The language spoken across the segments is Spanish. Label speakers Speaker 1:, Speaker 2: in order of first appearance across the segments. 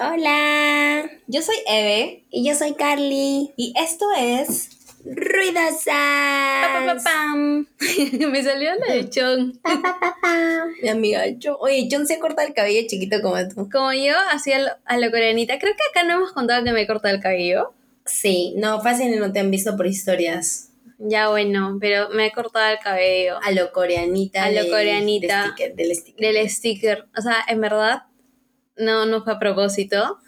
Speaker 1: Hola,
Speaker 2: Yo soy Eve
Speaker 1: y yo soy Carly.
Speaker 2: y esto es. Pa, pa,
Speaker 1: Ruidosas.
Speaker 2: pam. Me salió la de Chon.
Speaker 1: Mi amiga John. Oye, John se corta el cabello chiquito como tú.
Speaker 2: Como yo, así a, lo- a la coreanita. Creo que acá no hemos contado que me he cortado el cabello.
Speaker 1: Sí, no, fácil no te han visto por historias.
Speaker 2: Ya bueno, pero me he cortado el cabello.
Speaker 1: A lo coreanita.
Speaker 2: A lo
Speaker 1: del-
Speaker 2: coreanita.
Speaker 1: del sticker, del sticker.
Speaker 2: Del sticker. O sea, en verdad, no, no fue a propósito.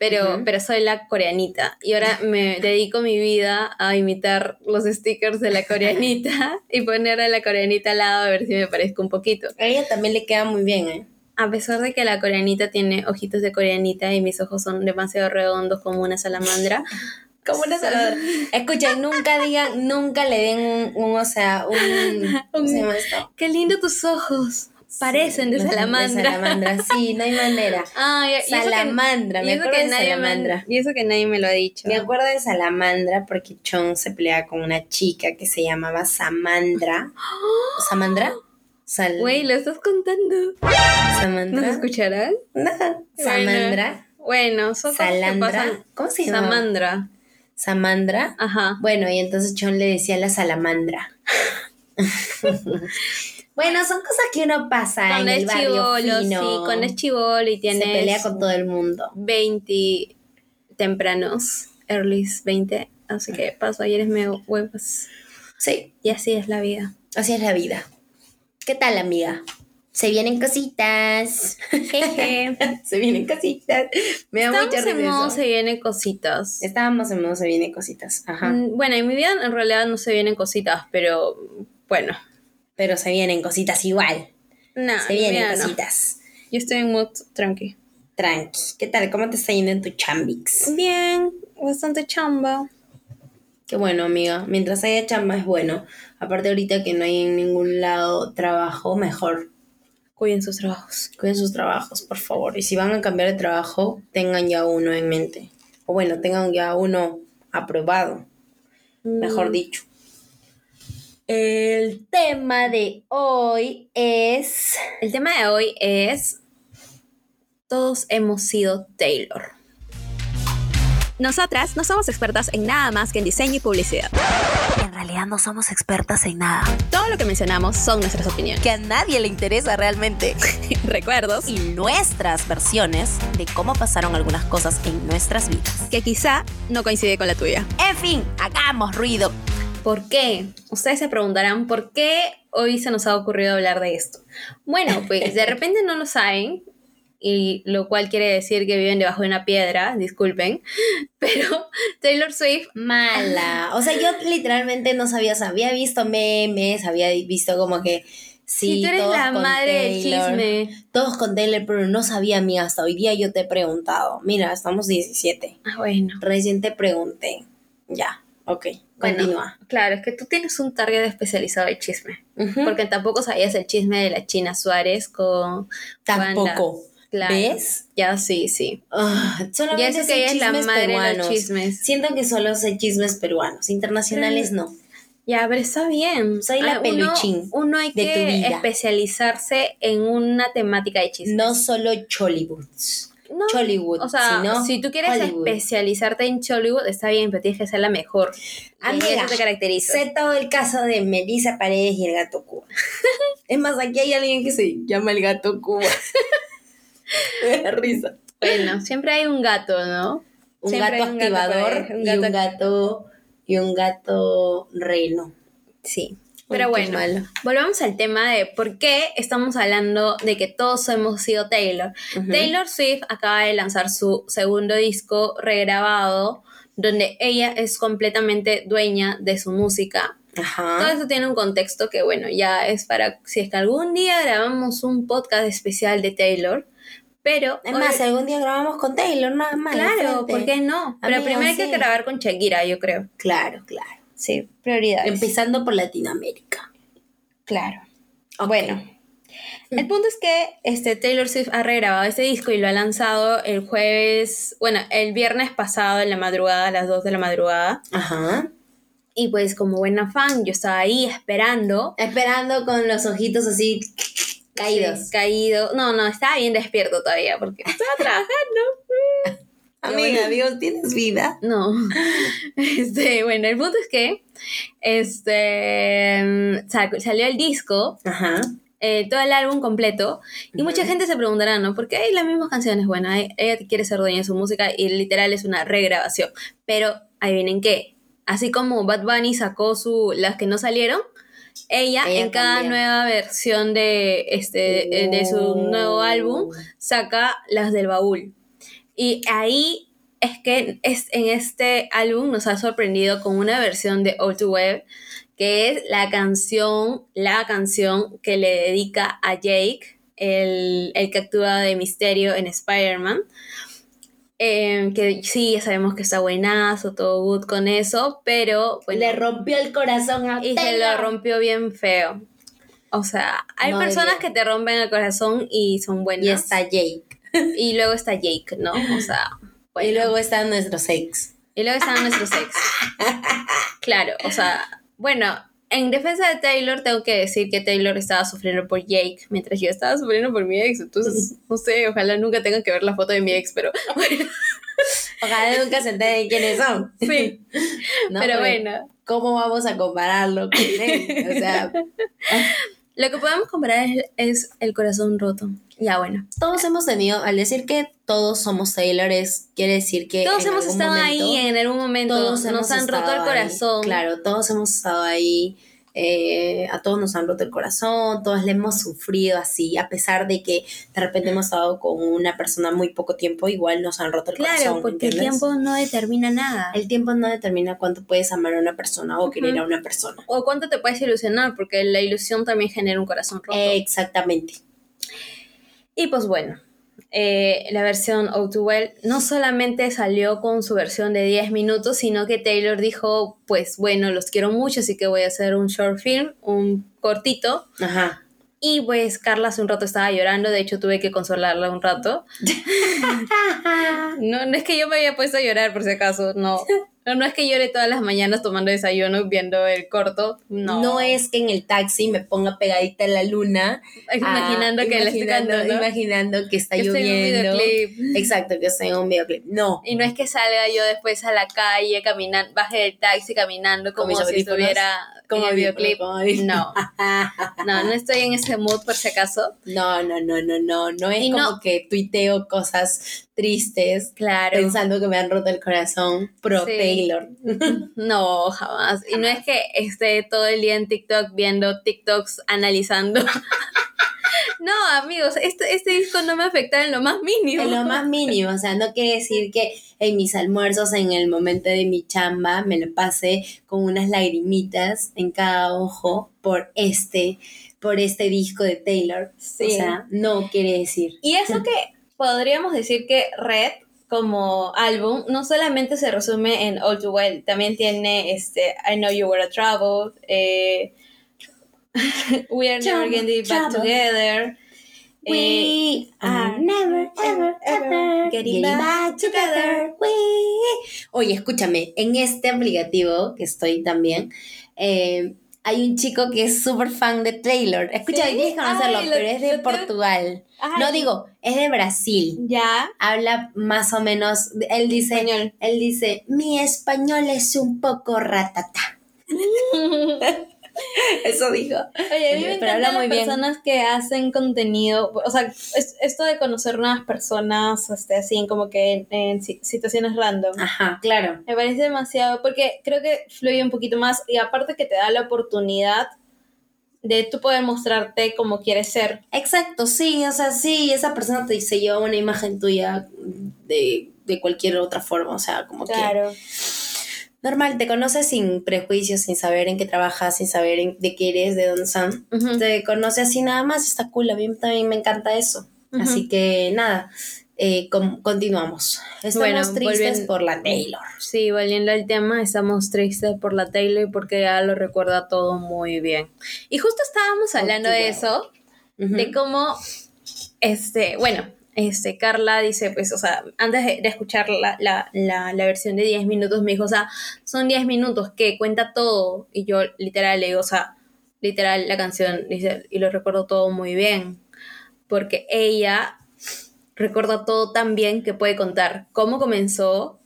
Speaker 2: Pero,
Speaker 1: Ujú.
Speaker 2: pero soy la coreanita. Y ahora me dedico mi vida a imitar los stickers de la coreanita y poner a la coreanita al lado a ver si me parezco un poquito.
Speaker 1: A ella también le queda muy bien, ¿eh?
Speaker 2: A pesar de que la coreanita tiene ojitos de coreanita y mis ojos son demasiado redondos como una salamandra.
Speaker 1: Como una salada. Escuchen, nunca digan, nunca le den un, un, o sea, un. ¿Cómo se llama esto?
Speaker 2: ¡Qué lindo tus ojos! Parecen de
Speaker 1: No,
Speaker 2: salamandra.
Speaker 1: De salamandra, sí, no hay manera.
Speaker 2: Ay, y eso que-
Speaker 1: Salamandra,
Speaker 2: y
Speaker 1: me
Speaker 2: eso
Speaker 1: acuerdo
Speaker 2: que
Speaker 1: de
Speaker 2: nadie me-
Speaker 1: salamandra.
Speaker 2: Y eso que nadie me lo ha dicho.
Speaker 1: Me acuerdo de Salamandra porque Chon se peleaba con una chica que se llamaba Samandra. ¿Samandra? Sal
Speaker 2: Güey, ¿lo estás contando? ¿Nos
Speaker 1: Samandra.
Speaker 2: escucharán?
Speaker 1: No. Samandra.
Speaker 2: Bueno, son cosas que
Speaker 1: Salandra.
Speaker 2: pasan.
Speaker 1: ¿Cómo se llama?
Speaker 2: Samandra.
Speaker 1: Samandra.
Speaker 2: Ajá.
Speaker 1: Bueno, y entonces Chon le decía la salamandra. bueno, son cosas que uno pasa
Speaker 2: Cuando
Speaker 1: en el
Speaker 2: es
Speaker 1: barrio
Speaker 2: chivolo, sí,
Speaker 1: fino.
Speaker 2: cuando es chivolo y
Speaker 1: se
Speaker 2: tienes
Speaker 1: pelea con todo el mundo.
Speaker 2: 20 tempranos, earlys 20. Así que paso, ayer es medio huevos.
Speaker 1: Sí,
Speaker 2: Y así es la vida.
Speaker 1: así es la vida. ¿Qué tal, amiga? Se vienen cositas.
Speaker 2: Jeje.
Speaker 1: se vienen cositas. Me da
Speaker 2: Eh, Estamos
Speaker 1: mucha
Speaker 2: en
Speaker 1: risa.
Speaker 2: modo
Speaker 1: eso.
Speaker 2: se vienen cositas.
Speaker 1: Estábamos en modo se vienen cositas. Ajá.
Speaker 2: Mm, Bueno, en mi vida en realidad no se vienen cositas, pero bueno.
Speaker 1: Pero se vienen cositas igual.
Speaker 2: Nah,
Speaker 1: se vienen
Speaker 2: mira, no.
Speaker 1: cositas.
Speaker 2: Yo estoy en mood tranqui.
Speaker 1: Tranqui. ¿Qué tal? ¿Cómo te está yendo en tu chambix?
Speaker 2: Bien, bastante chamba.
Speaker 1: Qué bueno, amiga. Mientras haya chamba es bueno. Aparte ahorita que no hay en ningún lado trabajo, mejor.
Speaker 2: Cuiden sus trabajos.
Speaker 1: Cuiden sus trabajos, por favor. Y si van a cambiar de trabajo, tengan ya uno en mente. O bueno, tengan ya uno aprobado,
Speaker 3: Mm.
Speaker 1: mejor dicho. El tema de hoy es...
Speaker 2: El tema de hoy es todos hemos sido Taylor. Nosotras no somos expertas en nada más que en diseño y publicidad.
Speaker 3: En realidad no somos expertas en nada.
Speaker 2: Todo lo que mencionamos son nuestras opiniones,
Speaker 3: Que a nadie le interesa realmente.
Speaker 2: recuerdos
Speaker 3: Y nuestras versiones de cómo pasaron algunas cosas en nuestras vidas.
Speaker 2: que quizá no coincide con la tuya.
Speaker 3: En fin, hagamos ruido.
Speaker 2: ¿Por qué? Ustedes se preguntarán por qué hoy se nos ha ocurrido hablar de esto. Bueno, pues de repente no lo saben, y lo cual quiere decir que viven debajo de una piedra, disculpen, pero Taylor Swift,
Speaker 1: Mala. O sea, yo literalmente no sabía, o sea, había visto memes, había visto como que... Sí,
Speaker 2: si tú eres
Speaker 1: todos
Speaker 2: la
Speaker 1: con
Speaker 2: madre del
Speaker 1: Taylor,
Speaker 2: chisme.
Speaker 1: Todos con Taylor, pero no sabía, amiga, hasta hoy día yo te he preguntado. Mira, estamos 17.
Speaker 2: Ah, bueno.
Speaker 1: Recién te pregunté. Ya, ok.
Speaker 2: Bueno.
Speaker 1: Continúa.
Speaker 2: Claro, es que tú tienes un target especializado de chisme,
Speaker 1: Ujú.
Speaker 2: porque tampoco sabías el chisme de la China Suárez con...
Speaker 1: Tampoco.
Speaker 2: Claro.
Speaker 1: ¿Ves?
Speaker 2: Ya, sí, sí.
Speaker 1: Ah,
Speaker 2: Y
Speaker 1: solamente
Speaker 2: eso que
Speaker 1: sé
Speaker 2: ella es la
Speaker 1: chismes
Speaker 2: madre de
Speaker 1: peruanos.
Speaker 2: los chismes.
Speaker 1: Siento que solo sé chismes peruanos. Internacionales
Speaker 2: Mm.
Speaker 1: no.
Speaker 2: Ya, pero está bien.
Speaker 1: Soy la
Speaker 2: Ah, uno-
Speaker 1: peluchín
Speaker 2: Uno, hay
Speaker 1: de tu
Speaker 2: que
Speaker 1: vida.
Speaker 2: especializarse en una temática de chisme.
Speaker 1: No solo Chollywood.
Speaker 2: No,
Speaker 1: Chollywood,
Speaker 2: Ah, O sea,
Speaker 1: sino
Speaker 2: si tú quieres
Speaker 1: Hollywood.
Speaker 2: especializarte en Chollywood, está bien, pero tienes que ser la mejor. A mí
Speaker 1: Amiga,
Speaker 2: eso te caracteriza.
Speaker 1: Sé todo el caso de Melissa Paredes y el gato Cuba. es más, aquí hay alguien que se llama el gato Cuba. Me da risa.
Speaker 2: Bueno, siempre hay un gato, ¿no?
Speaker 1: Un
Speaker 2: Siempre hay
Speaker 1: gato
Speaker 2: un gato
Speaker 1: activador
Speaker 2: por ahí, un
Speaker 1: y
Speaker 2: gato-
Speaker 1: un gato y un gato reno.
Speaker 2: Sí. Pero
Speaker 1: qué
Speaker 2: bueno,
Speaker 1: malo.
Speaker 2: volvamos al tema de por qué estamos hablando de que todos hemos sido Taylor.
Speaker 1: Ujú.
Speaker 2: Taylor Swift acaba de lanzar su segundo disco regrabado, donde ella es completamente dueña de su música. Todo
Speaker 1: Ajá.
Speaker 2: eso tiene un contexto que, bueno, ya es para si es que algún día grabamos un podcast especial de Taylor, pero...
Speaker 1: Es más, si algún día grabamos con Taylor, nada más.
Speaker 2: claro,
Speaker 1: enfrente.
Speaker 2: ¿por qué no? Pero
Speaker 1: Amiga,
Speaker 2: primero hay que
Speaker 1: sí.
Speaker 2: grabar con Shakira, yo creo.
Speaker 1: Claro, claro.
Speaker 2: Sí, prioridades.
Speaker 1: Empezando por Latinoamérica.
Speaker 2: claro.
Speaker 1: Ok.
Speaker 2: Bueno. El punto es que este, Taylor Swift ha regrabado este disco y lo ha lanzado el jueves, bueno, el viernes pasado en la madrugada, a las 2 de la madrugada.
Speaker 1: Ajá.
Speaker 2: Y pues como buena fan, yo estaba ahí esperando.
Speaker 1: Esperando con los ojitos así caídos.
Speaker 2: Sí, caído. No, no, estaba bien despierto todavía porque estaba trabajando.
Speaker 1: Amiga, Dios, ¿tienes vida?
Speaker 2: No. Este, bueno, el punto es que este, sa- salió el disco,
Speaker 1: Ajá.
Speaker 2: eh, todo el álbum completo, y mucha gente se preguntará, ¿no? Porque hay las mismas canciones. Bueno, hay- ella quiere ser dueña de su música y literal es una regrabación. Pero adivinen qué. Así como Bad Bunny sacó su, las que no salieron, ella,
Speaker 1: Ella
Speaker 2: en cada
Speaker 1: también.
Speaker 2: nueva versión de, este, eh, de su nuevo
Speaker 1: Oh.
Speaker 2: álbum saca las del baúl. Y ahí es que es, en este álbum nos ha sorprendido con una versión de All Too Web, que es la canción, la canción que le dedica a Jake, el, el que actúa de misterio en Spider-Man. Eh, que sí, ya sabemos que está buenazo, todo good con eso, pero bueno,
Speaker 1: Le rompió el corazón a
Speaker 2: y se lo rompió bien feo. O sea, hay
Speaker 1: No
Speaker 2: personas
Speaker 1: debió.
Speaker 2: que te rompen el corazón y son buenas.
Speaker 1: Y está Jake.
Speaker 2: Y luego está Jake, ¿no? O sea, bueno.
Speaker 1: Y luego están nuestros ex.
Speaker 2: y luego están nuestros ex. Claro, o sea, bueno, en defensa de Taylor tengo que decir que Taylor estaba sufriendo por Jake, mientras yo estaba sufriendo por mi ex. Entonces, no sé, ojalá nunca tenga que ver la foto de mi ex, pero bueno,
Speaker 1: Ojalá nunca se enteren quiénes son.
Speaker 2: sí,
Speaker 1: No,
Speaker 2: pero bueno.
Speaker 1: ¿Cómo vamos a compararlo con él? O sea,
Speaker 2: Lo que podemos comparar es, es el corazón roto. Ya bueno.
Speaker 1: todos hemos tenido, al decir que todos somos sailores, quiere decir que.
Speaker 2: Todos
Speaker 1: Eh, en
Speaker 2: hemos
Speaker 1: algún
Speaker 2: estado
Speaker 1: momento-
Speaker 2: ahí en algún momento.
Speaker 1: todos hemos
Speaker 2: nos han roto el
Speaker 1: estado ahí.
Speaker 2: corazón.
Speaker 1: Claro, todos hemos estado ahí. eh, a todos nos han roto el corazón, todos le hemos sufrido así, a pesar de que de repente hemos estado con una persona muy poco tiempo, igual nos han roto el
Speaker 2: Claro,
Speaker 1: corazón.
Speaker 2: porque el
Speaker 1: ¿entiendes?
Speaker 2: tiempo no determina nada.
Speaker 1: El tiempo no determina cuánto puedes amar a una persona o querer a una persona.
Speaker 2: o cuánto te puedes ilusionar, porque la ilusión también genera un corazón roto.
Speaker 1: Eh, Exactamente.
Speaker 2: y pues bueno, eh, la versión Oh to Well no solamente salió con su versión de 10 minutos, sino que Taylor dijo, pues bueno, los quiero mucho, así que voy a hacer un short film, un cortito.
Speaker 1: Ajá.
Speaker 2: Y pues Carla hace un rato estaba llorando, de hecho tuve que consolarla un rato. No, no es que yo me haya puesto a llorar por si acaso, no. No, no es que llore todas las mañanas tomando desayuno, viendo el corto, no.
Speaker 1: No. es que en el taxi me ponga pegadita a la luna.
Speaker 2: Imaginando
Speaker 1: ah,
Speaker 2: que le estoy
Speaker 1: imaginando-
Speaker 2: cantando.
Speaker 1: Imaginando que está
Speaker 2: Que estoy en un
Speaker 1: lloviendo.
Speaker 2: videoclip.
Speaker 1: Exacto, que estoy en un videoclip. No.
Speaker 2: Y no es que salga yo después a la calle, caminando, baje del taxi caminando
Speaker 1: Con
Speaker 2: como
Speaker 1: mis
Speaker 2: si
Speaker 1: audífonos,
Speaker 2: estuviera
Speaker 1: con
Speaker 2: en el
Speaker 1: audífonos,
Speaker 2: videoclip.
Speaker 1: con audífonos.
Speaker 2: No, no, no estoy en ese mood por si acaso.
Speaker 1: No, no, no, no, no. No es
Speaker 2: Y
Speaker 1: como
Speaker 2: no-
Speaker 1: que tuiteo cosas tristes
Speaker 2: Claro.
Speaker 1: pensando que me han roto el corazón pro
Speaker 2: Sí.
Speaker 1: Taylor.
Speaker 2: No, jamás. Y no es que esté todo el día en TikTok viendo TikToks, analizando. no, amigos, este, este disco no me afecta en lo más mínimo.
Speaker 1: En lo más mínimo, o sea, no quiere decir que en mis almuerzos, en el momento de mi chamba, me lo pase con unas lagrimitas en cada ojo por este, por este disco de Taylor. O
Speaker 2: Sí.
Speaker 1: sea, no quiere decir.
Speaker 2: Y eso que podríamos decir que Red como álbum no solamente se resume en All Too Well, también tiene este I Know You Were a Trouble, eh, We Are Never
Speaker 1: Trouble,
Speaker 2: Getting Back
Speaker 1: trouble.
Speaker 2: Together, eh,
Speaker 1: We are never, Eh, ever, ever getting back together. We. Oye, escúchame, en este obligativo que estoy también, eh, hay un chico que es súper fan de Taylor. Escúchame,
Speaker 2: ¿Sí?
Speaker 1: tienes que conocerlo,
Speaker 2: Ay, lo-
Speaker 1: pero es de
Speaker 2: lo tengo-
Speaker 1: Portugal.
Speaker 2: ay,
Speaker 1: No digo, es de Brasil.
Speaker 2: ya
Speaker 1: Habla más o menos, él dice,
Speaker 2: Español.
Speaker 1: él dice, mi español es un poco ratata. Eso dijo.
Speaker 2: Oye, a mí me
Speaker 1: Pero habla
Speaker 2: encantan las
Speaker 1: muy bien.
Speaker 2: personas que hacen contenido, o sea, es- esto de conocer nuevas personas, este, así como que en, en si- situaciones random.
Speaker 1: Ajá, claro.
Speaker 2: Me parece demasiado, porque creo que fluye un poquito más y aparte que te da la oportunidad de tú poder mostrarte como quieres ser.
Speaker 1: Exacto, sí, o sea, sí, esa persona te, se lleva una imagen tuya de, de cualquier otra forma, o sea, como que normal, te conoces sin prejuicios, sin saber en qué trabajas, sin saber en- de qué eres, de dónde son.
Speaker 2: Ujú.
Speaker 1: Te conoce así nada más, está cool, a mí también me encanta eso.
Speaker 2: Ujú.
Speaker 1: Así que nada, eh, com- continuamos.
Speaker 2: Bueno,
Speaker 1: Estamos tristes
Speaker 2: volviendo-
Speaker 1: por la Taylor.
Speaker 2: Sí, volviendo al tema, estamos tristes por la Taylor porque ya lo recuerda todo muy bien. Y justo estábamos hablando de eso, de cómo, este, bueno, este, Carla dice, pues, o sea, antes de, de escuchar la, la- la- la versión de 10 minutos, me dijo, o sea, son 10 minutos que cuenta todo. Y yo literal le digo, o sea, literal la canción, dice, y lo recuerdo todo muy bien, porque ella recuerda todo tan bien que puede contar cómo comenzó,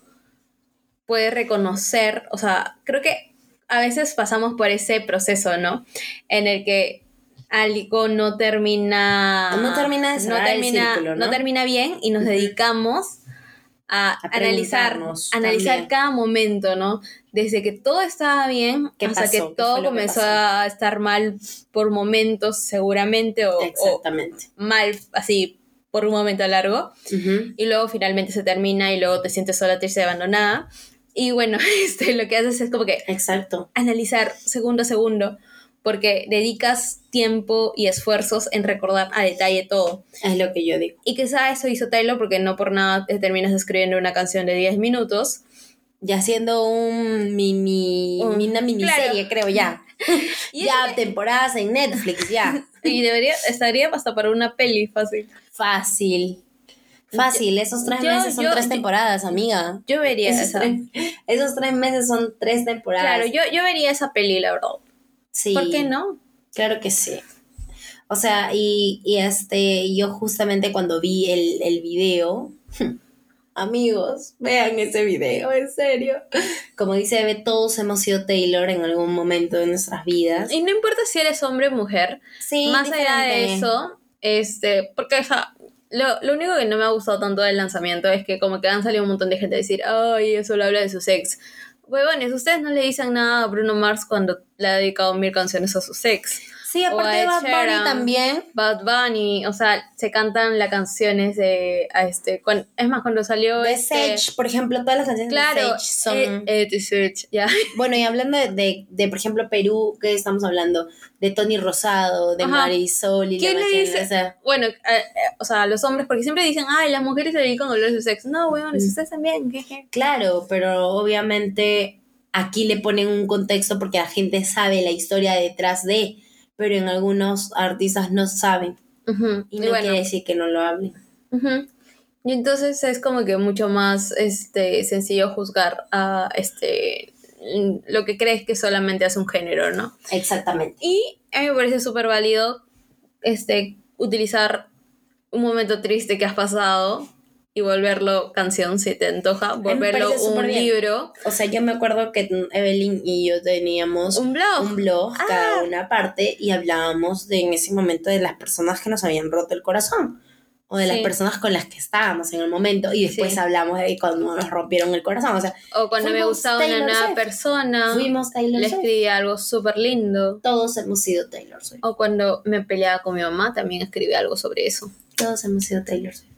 Speaker 2: puede reconocer, o sea, creo que a veces pasamos por ese proceso, ¿no? En el que algo no termina...
Speaker 1: No termina de cerrar
Speaker 2: no
Speaker 1: el
Speaker 2: termina,
Speaker 1: círculo, ¿no?
Speaker 2: no termina bien y nos dedicamos a,
Speaker 1: A
Speaker 2: analizar,
Speaker 1: preguntarnos
Speaker 2: analizar
Speaker 1: también.
Speaker 2: cada momento, ¿no? Desde que todo estaba bien
Speaker 1: ¿Qué
Speaker 2: hasta
Speaker 1: pasó?
Speaker 2: que
Speaker 1: ¿Qué
Speaker 2: todo
Speaker 1: fue lo que
Speaker 2: comenzó
Speaker 1: pasó?
Speaker 2: a estar mal por momentos seguramente o- o
Speaker 1: Exactamente.
Speaker 2: mal así por un momento largo
Speaker 1: Ujú.
Speaker 2: y luego finalmente se termina y luego te sientes sola, triste, y abandonada. Y bueno, este, lo que haces es como que
Speaker 1: Exacto.
Speaker 2: analizar segundo a segundo, porque dedicas tiempo y esfuerzos en recordar a detalle todo.
Speaker 1: Es lo que yo digo.
Speaker 2: Y quizá eso hizo Taylor porque no por nada te terminas escribiendo una canción de 10 minutos.
Speaker 1: Ya haciendo un mini,
Speaker 2: Un-
Speaker 1: una miniserie, creo ya.
Speaker 2: Y,
Speaker 1: ya
Speaker 2: eso-
Speaker 1: temporadas en Netflix, ya.
Speaker 2: y debería, estaría hasta para una peli fácil.
Speaker 1: Fácil. Fácil, esos tres
Speaker 2: yo-
Speaker 1: meses son
Speaker 2: yo-
Speaker 1: tres
Speaker 2: yo-
Speaker 1: temporadas, amiga.
Speaker 2: Yo vería
Speaker 1: Esos
Speaker 2: esa.
Speaker 1: tres, esos tres meses son tres temporadas.
Speaker 2: Claro, yo, yo vería esa peli, la verdad.
Speaker 1: sí.
Speaker 2: ¿Por qué no?
Speaker 1: Claro que sí. O sea, y, y este, yo justamente cuando vi el, el video, amigos, vean ese video, en serio. Como dice Eve, todos hemos sido Taylor en algún momento de nuestras vidas.
Speaker 2: Y no importa si eres hombre o mujer,
Speaker 1: Sí,
Speaker 2: más allá de
Speaker 1: diferente.
Speaker 2: eso, este, porque o sea, lo, lo único que no me ha gustado tanto del lanzamiento es que como que han salido un montón de gente a decir, ay, eso solo habla de sus ex. Huevones, ustedes no le dicen nada a Bruno Mars cuando le ha dedicado mil canciones a sus ex.
Speaker 1: Sí,
Speaker 2: o um, a
Speaker 1: aparte de
Speaker 2: Ed
Speaker 1: Bad Bunny
Speaker 2: Sheeran.
Speaker 1: también.
Speaker 2: Bad Bunny, o sea, se cantan las canciones de, a este, cuan- es más, cuando salió...
Speaker 1: De
Speaker 2: este,
Speaker 1: Sage, por ejemplo, todas las canciones
Speaker 2: Claro,
Speaker 1: de Sage son...
Speaker 2: eh, eh, de Sech, ya.
Speaker 1: Bueno, y hablando de, de, de, por ejemplo, Perú, que estamos hablando? De Tony Rosado, de
Speaker 2: Ajá.
Speaker 1: Marisol y la
Speaker 2: ¿Quién le
Speaker 1: Maciel,
Speaker 2: dice?
Speaker 1: o sea,
Speaker 2: Bueno, eh, eh, o sea, los hombres, porque siempre dicen, ay, las mujeres se dedican a hablar de sus ex. No,
Speaker 1: Mm.
Speaker 2: huevones, ustedes también, jeje.
Speaker 1: Claro, pero obviamente aquí le ponen un contexto porque la gente sabe la historia detrás de, pero en algunos artistas no saben
Speaker 2: Ujú,
Speaker 1: y no quiere decir que no lo hablen.
Speaker 2: Ujú. Y entonces es como que mucho más este, sencillo juzgar a este lo que crees que solamente hace un género, ¿no?
Speaker 1: Exactamente.
Speaker 2: Y a mí me parece súper válido este, utilizar un momento triste que has pasado y volverlo canción si te antoja,
Speaker 1: me
Speaker 2: volverlo
Speaker 1: parece
Speaker 2: un
Speaker 1: súper bien.
Speaker 2: libro,
Speaker 1: O sea, yo me acuerdo que Evelyn y yo teníamos
Speaker 2: un blog.
Speaker 1: un blog,
Speaker 2: Ah.
Speaker 1: cada una parte, y hablábamos de, en ese momento de las personas que nos habían roto el corazón. O de las
Speaker 2: Sí.
Speaker 1: personas con las que estábamos en el momento. Y después
Speaker 2: Sí.
Speaker 1: hablamos de cuando nos rompieron el corazón. O sea,
Speaker 2: o cuando me
Speaker 1: fuimos
Speaker 2: gustaba una
Speaker 1: Taylor
Speaker 2: nueva
Speaker 1: Swift.
Speaker 2: persona,
Speaker 1: fuimos Taylor
Speaker 2: Ah. le
Speaker 1: Swift.
Speaker 2: escribí algo súper lindo.
Speaker 1: Todos hemos sido Taylor Swift.
Speaker 2: O cuando me peleaba con mi mamá, también escribí algo sobre eso.
Speaker 1: Todos hemos sido Taylor Swift.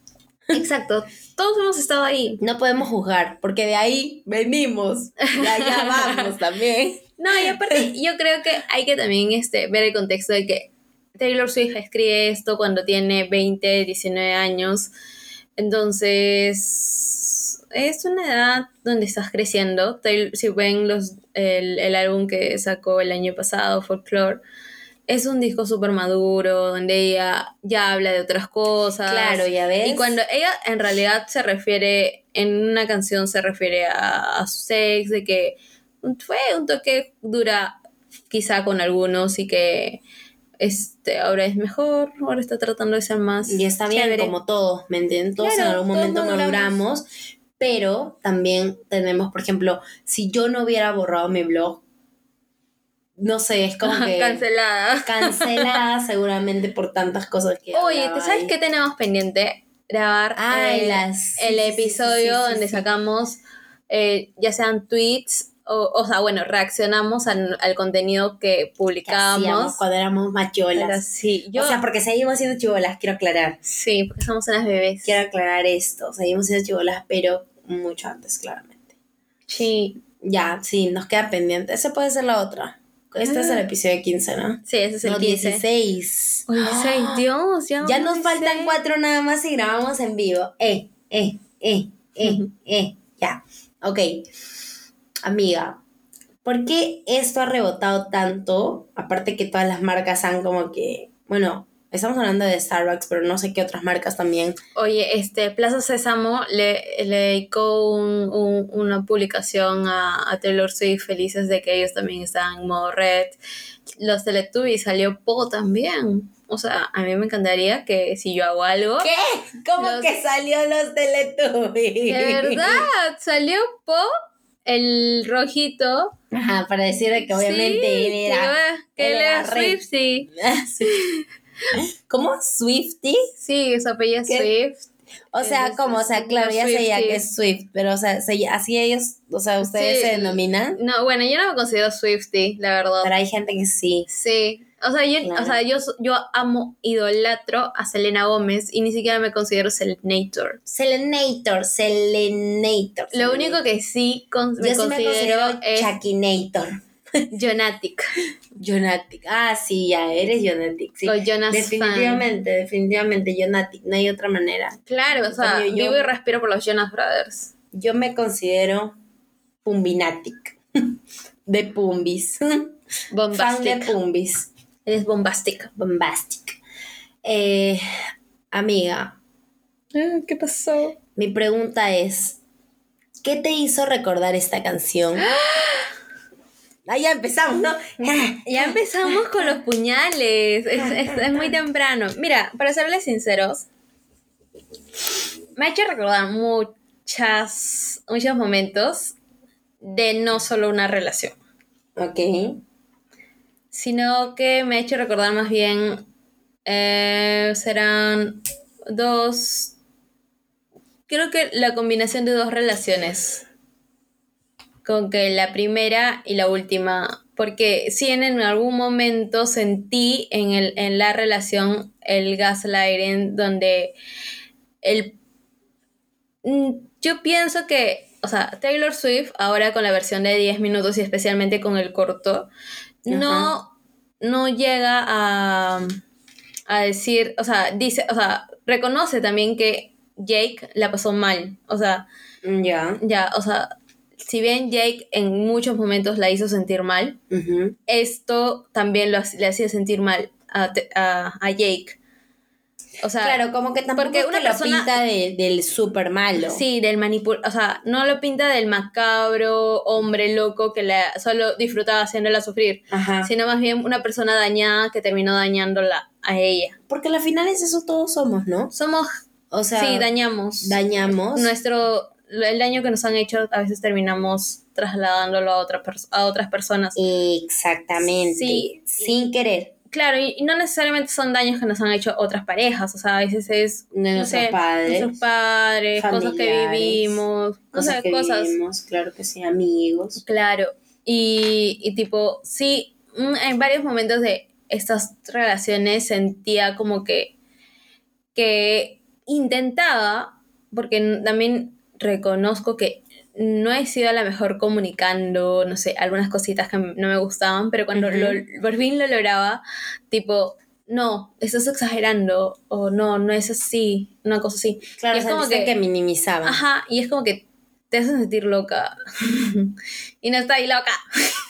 Speaker 2: Exacto, todos hemos estado ahí.
Speaker 1: No podemos juzgar, porque de ahí venimos. De allá vamos también.
Speaker 2: No, y aparte, yo creo que hay que también este, ver el contexto de que Taylor Swift escribe esto cuando tiene 20, 19 años. Entonces, es una edad donde estás creciendo. Taylor- si ven los, el, el álbum que sacó el año pasado, Folklore, es un disco súper maduro, donde ella ya habla de otras cosas.
Speaker 1: Claro, ya ves.
Speaker 2: Y cuando ella en realidad se refiere, en una canción se refiere a, a su sex, de que fue un toque dura quizá con algunos y que este, ahora es mejor, ahora está tratando de ser más
Speaker 1: Y está bien,
Speaker 2: chévere.
Speaker 1: como todos, ¿me entienden? Todos
Speaker 2: Claro,
Speaker 1: en algún
Speaker 2: todos
Speaker 1: momento
Speaker 2: maduramos.
Speaker 1: maduramos, pero también tenemos, por ejemplo, si yo no hubiera borrado mi blog, no sé, es como que
Speaker 2: cancelada.
Speaker 1: cancelada seguramente por tantas cosas que
Speaker 2: Oye,
Speaker 1: hablaba
Speaker 2: ¿te sabes
Speaker 1: ahí.
Speaker 2: qué tenemos pendiente? Grabar eh,
Speaker 1: Ay,
Speaker 2: el,
Speaker 1: las- sí, sí,
Speaker 2: el
Speaker 1: sí,
Speaker 2: episodio
Speaker 1: sí, sí, sí.
Speaker 2: donde sacamos eh, ya sean tweets o, o sea, bueno, reaccionamos al, al contenido que
Speaker 1: que hacíamos
Speaker 2: publicamos.
Speaker 1: cuando éramos
Speaker 2: Pero
Speaker 1: macholas.
Speaker 2: sí, yo
Speaker 1: O sea, porque seguimos siendo chivolas, quiero aclarar.
Speaker 2: sí, porque somos unas bebés.
Speaker 1: Quiero aclarar esto, seguimos siendo chivolas, pero mucho antes, claramente.
Speaker 2: Sí,
Speaker 1: Ya, sí, nos queda pendiente. Ese puede ser la otra. Este
Speaker 2: Ah.
Speaker 1: es el episodio 15, ¿no?
Speaker 2: sí, ese es el
Speaker 1: no,
Speaker 2: 15.
Speaker 1: 16.
Speaker 2: Oye, seis, Dios, ya,
Speaker 1: Ah, Ya
Speaker 2: vamos
Speaker 1: nos faltan
Speaker 2: seis.
Speaker 1: cuatro nada más y grabamos en vivo. Eh, eh, eh, eh, eh. Ya. Ok. Amiga, ¿por qué esto ha rebotado tanto? Aparte que todas las marcas han como que. Bueno, estamos hablando de Starbucks, pero no sé qué otras marcas también.
Speaker 2: Oye, este, Plaza Sésamo le, le dedicó un- un- una publicación a, a Taylor Swift felices de que ellos también estaban en modo red. los Teletubbies salió Pogo también. O sea, a mí me encantaría que si yo hago algo.
Speaker 1: ¿Qué? ¿Cómo
Speaker 2: Los-
Speaker 1: que salió los Teletubbies?
Speaker 2: De verdad, salió Po, el rojito.
Speaker 1: Ajá, para decir que obviamente
Speaker 2: Sí,
Speaker 1: él era.
Speaker 2: que
Speaker 1: él
Speaker 2: él
Speaker 1: era
Speaker 2: era
Speaker 1: rey.
Speaker 2: Swiftie.
Speaker 1: ¿Cómo? ¿Swifty?
Speaker 2: Sí, su apellido es
Speaker 1: ¿Qué?
Speaker 2: Swift.
Speaker 1: O sea,
Speaker 2: Entonces,
Speaker 1: como, o sea,
Speaker 2: somos
Speaker 1: claro, ya se veía
Speaker 2: Swifties.
Speaker 1: que es Swift, pero o sea, se- así ellos, o sea, ustedes
Speaker 2: Sí.
Speaker 1: se denominan,
Speaker 2: No, bueno, yo no me considero Swiftie, la verdad.
Speaker 1: pero hay gente que sí.
Speaker 2: Sí. O sea, yo,
Speaker 1: Claro.
Speaker 2: o sea, yo, so- yo amo, idolatro a Selena Gómez y ni siquiera me considero Selenator.
Speaker 1: Selenator, Selenator.
Speaker 2: Lo
Speaker 1: Selenator.
Speaker 2: único que sí con- me
Speaker 1: yo sí me
Speaker 2: considero
Speaker 1: considero
Speaker 2: es
Speaker 1: Shakinator.
Speaker 2: Jonatic
Speaker 1: Jonatic. Ah, sí, ya eres Jonatic, sí.
Speaker 2: o Jonas fan.
Speaker 1: definitivamente, definitivamente Jonatic, no hay otra manera.
Speaker 2: Claro, o sea,
Speaker 1: Cambio, yo-
Speaker 2: vivo y respiro por los Jonas Brothers.
Speaker 1: Yo me considero Pumbinatic. De Pumbis. Fan de
Speaker 2: Bombastic.
Speaker 1: Pumbis.
Speaker 2: Eres bombastic.
Speaker 1: Bombastic. Eh, amiga,
Speaker 2: Ah, ¿Qué pasó?
Speaker 1: mi pregunta es, ¿qué te hizo recordar esta canción? Ah, ya empezamos, ¿no?
Speaker 2: Ya empezamos con los puñales. Es, es- es muy temprano. Mira, para serles sinceros, me ha hecho recordar muchas, muchos momentos de no solo una relación,
Speaker 1: ok.
Speaker 2: sino que me ha hecho recordar más bien, eh, serán dos, creo que la combinación de dos relaciones. Con que la primera y la última. Porque si en, en algún momento sentí en, el, en la relación el gaslighting donde el... Mm, Yo pienso que, o sea, Taylor Swift ahora con la versión de 10 minutos y especialmente con el corto, no, no llega a, a decir, o sea, dice, o sea, reconoce también que Jake la pasó mal, o sea,
Speaker 1: Ya.
Speaker 2: ya, o sea, si bien Jake en muchos momentos la hizo sentir mal,
Speaker 1: Ujú.
Speaker 2: esto también lo, ha- le hacía sentir mal a, te- a- a Jake. O sea,
Speaker 1: Claro, como que tampoco
Speaker 2: porque
Speaker 1: es
Speaker 2: una
Speaker 1: que lo
Speaker 2: persona-
Speaker 1: pinta de- del super malo.
Speaker 2: sí, del manipul... O sea, no lo pinta del macabro hombre loco que la solo disfrutaba haciéndola sufrir,
Speaker 1: Ajá.
Speaker 2: sino más bien una persona dañada que terminó dañándola a ella.
Speaker 1: Porque al final es eso todos somos, ¿no?
Speaker 2: Somos,
Speaker 1: O sea,
Speaker 2: sí, dañamos.
Speaker 1: dañamos.
Speaker 2: Nuestro, el daño que nos han hecho a veces terminamos trasladándolo a, otra pers- a otras personas.
Speaker 1: Exactamente.
Speaker 2: Sí.
Speaker 1: Sin querer.
Speaker 2: Claro, y, y no necesariamente son daños que nos han hecho otras parejas, o sea, a veces es...
Speaker 1: De
Speaker 2: no
Speaker 1: nuestros
Speaker 2: sé,
Speaker 1: padres.
Speaker 2: nuestros padres, cosas que
Speaker 1: familiares,
Speaker 2: vivimos, no
Speaker 1: cosas
Speaker 2: sé,
Speaker 1: que
Speaker 2: cosas.
Speaker 1: vivimos, claro que sí, amigos.
Speaker 2: Claro, y, y tipo, sí, mm, en varios momentos de estas relaciones sentía como que, que intentaba, porque n- también reconozco que no he sido la mejor comunicando, no sé, algunas cositas que m- no me gustaban, pero cuando
Speaker 1: Ujú.
Speaker 2: lo- por fin lo lograba, tipo, no, estás exagerando, o no, no es así, una cosa así.
Speaker 1: Claro,
Speaker 2: Y
Speaker 1: es como que, minimizaban.
Speaker 2: Ajá, y es como que te hace sentir loca. y no estoy loca.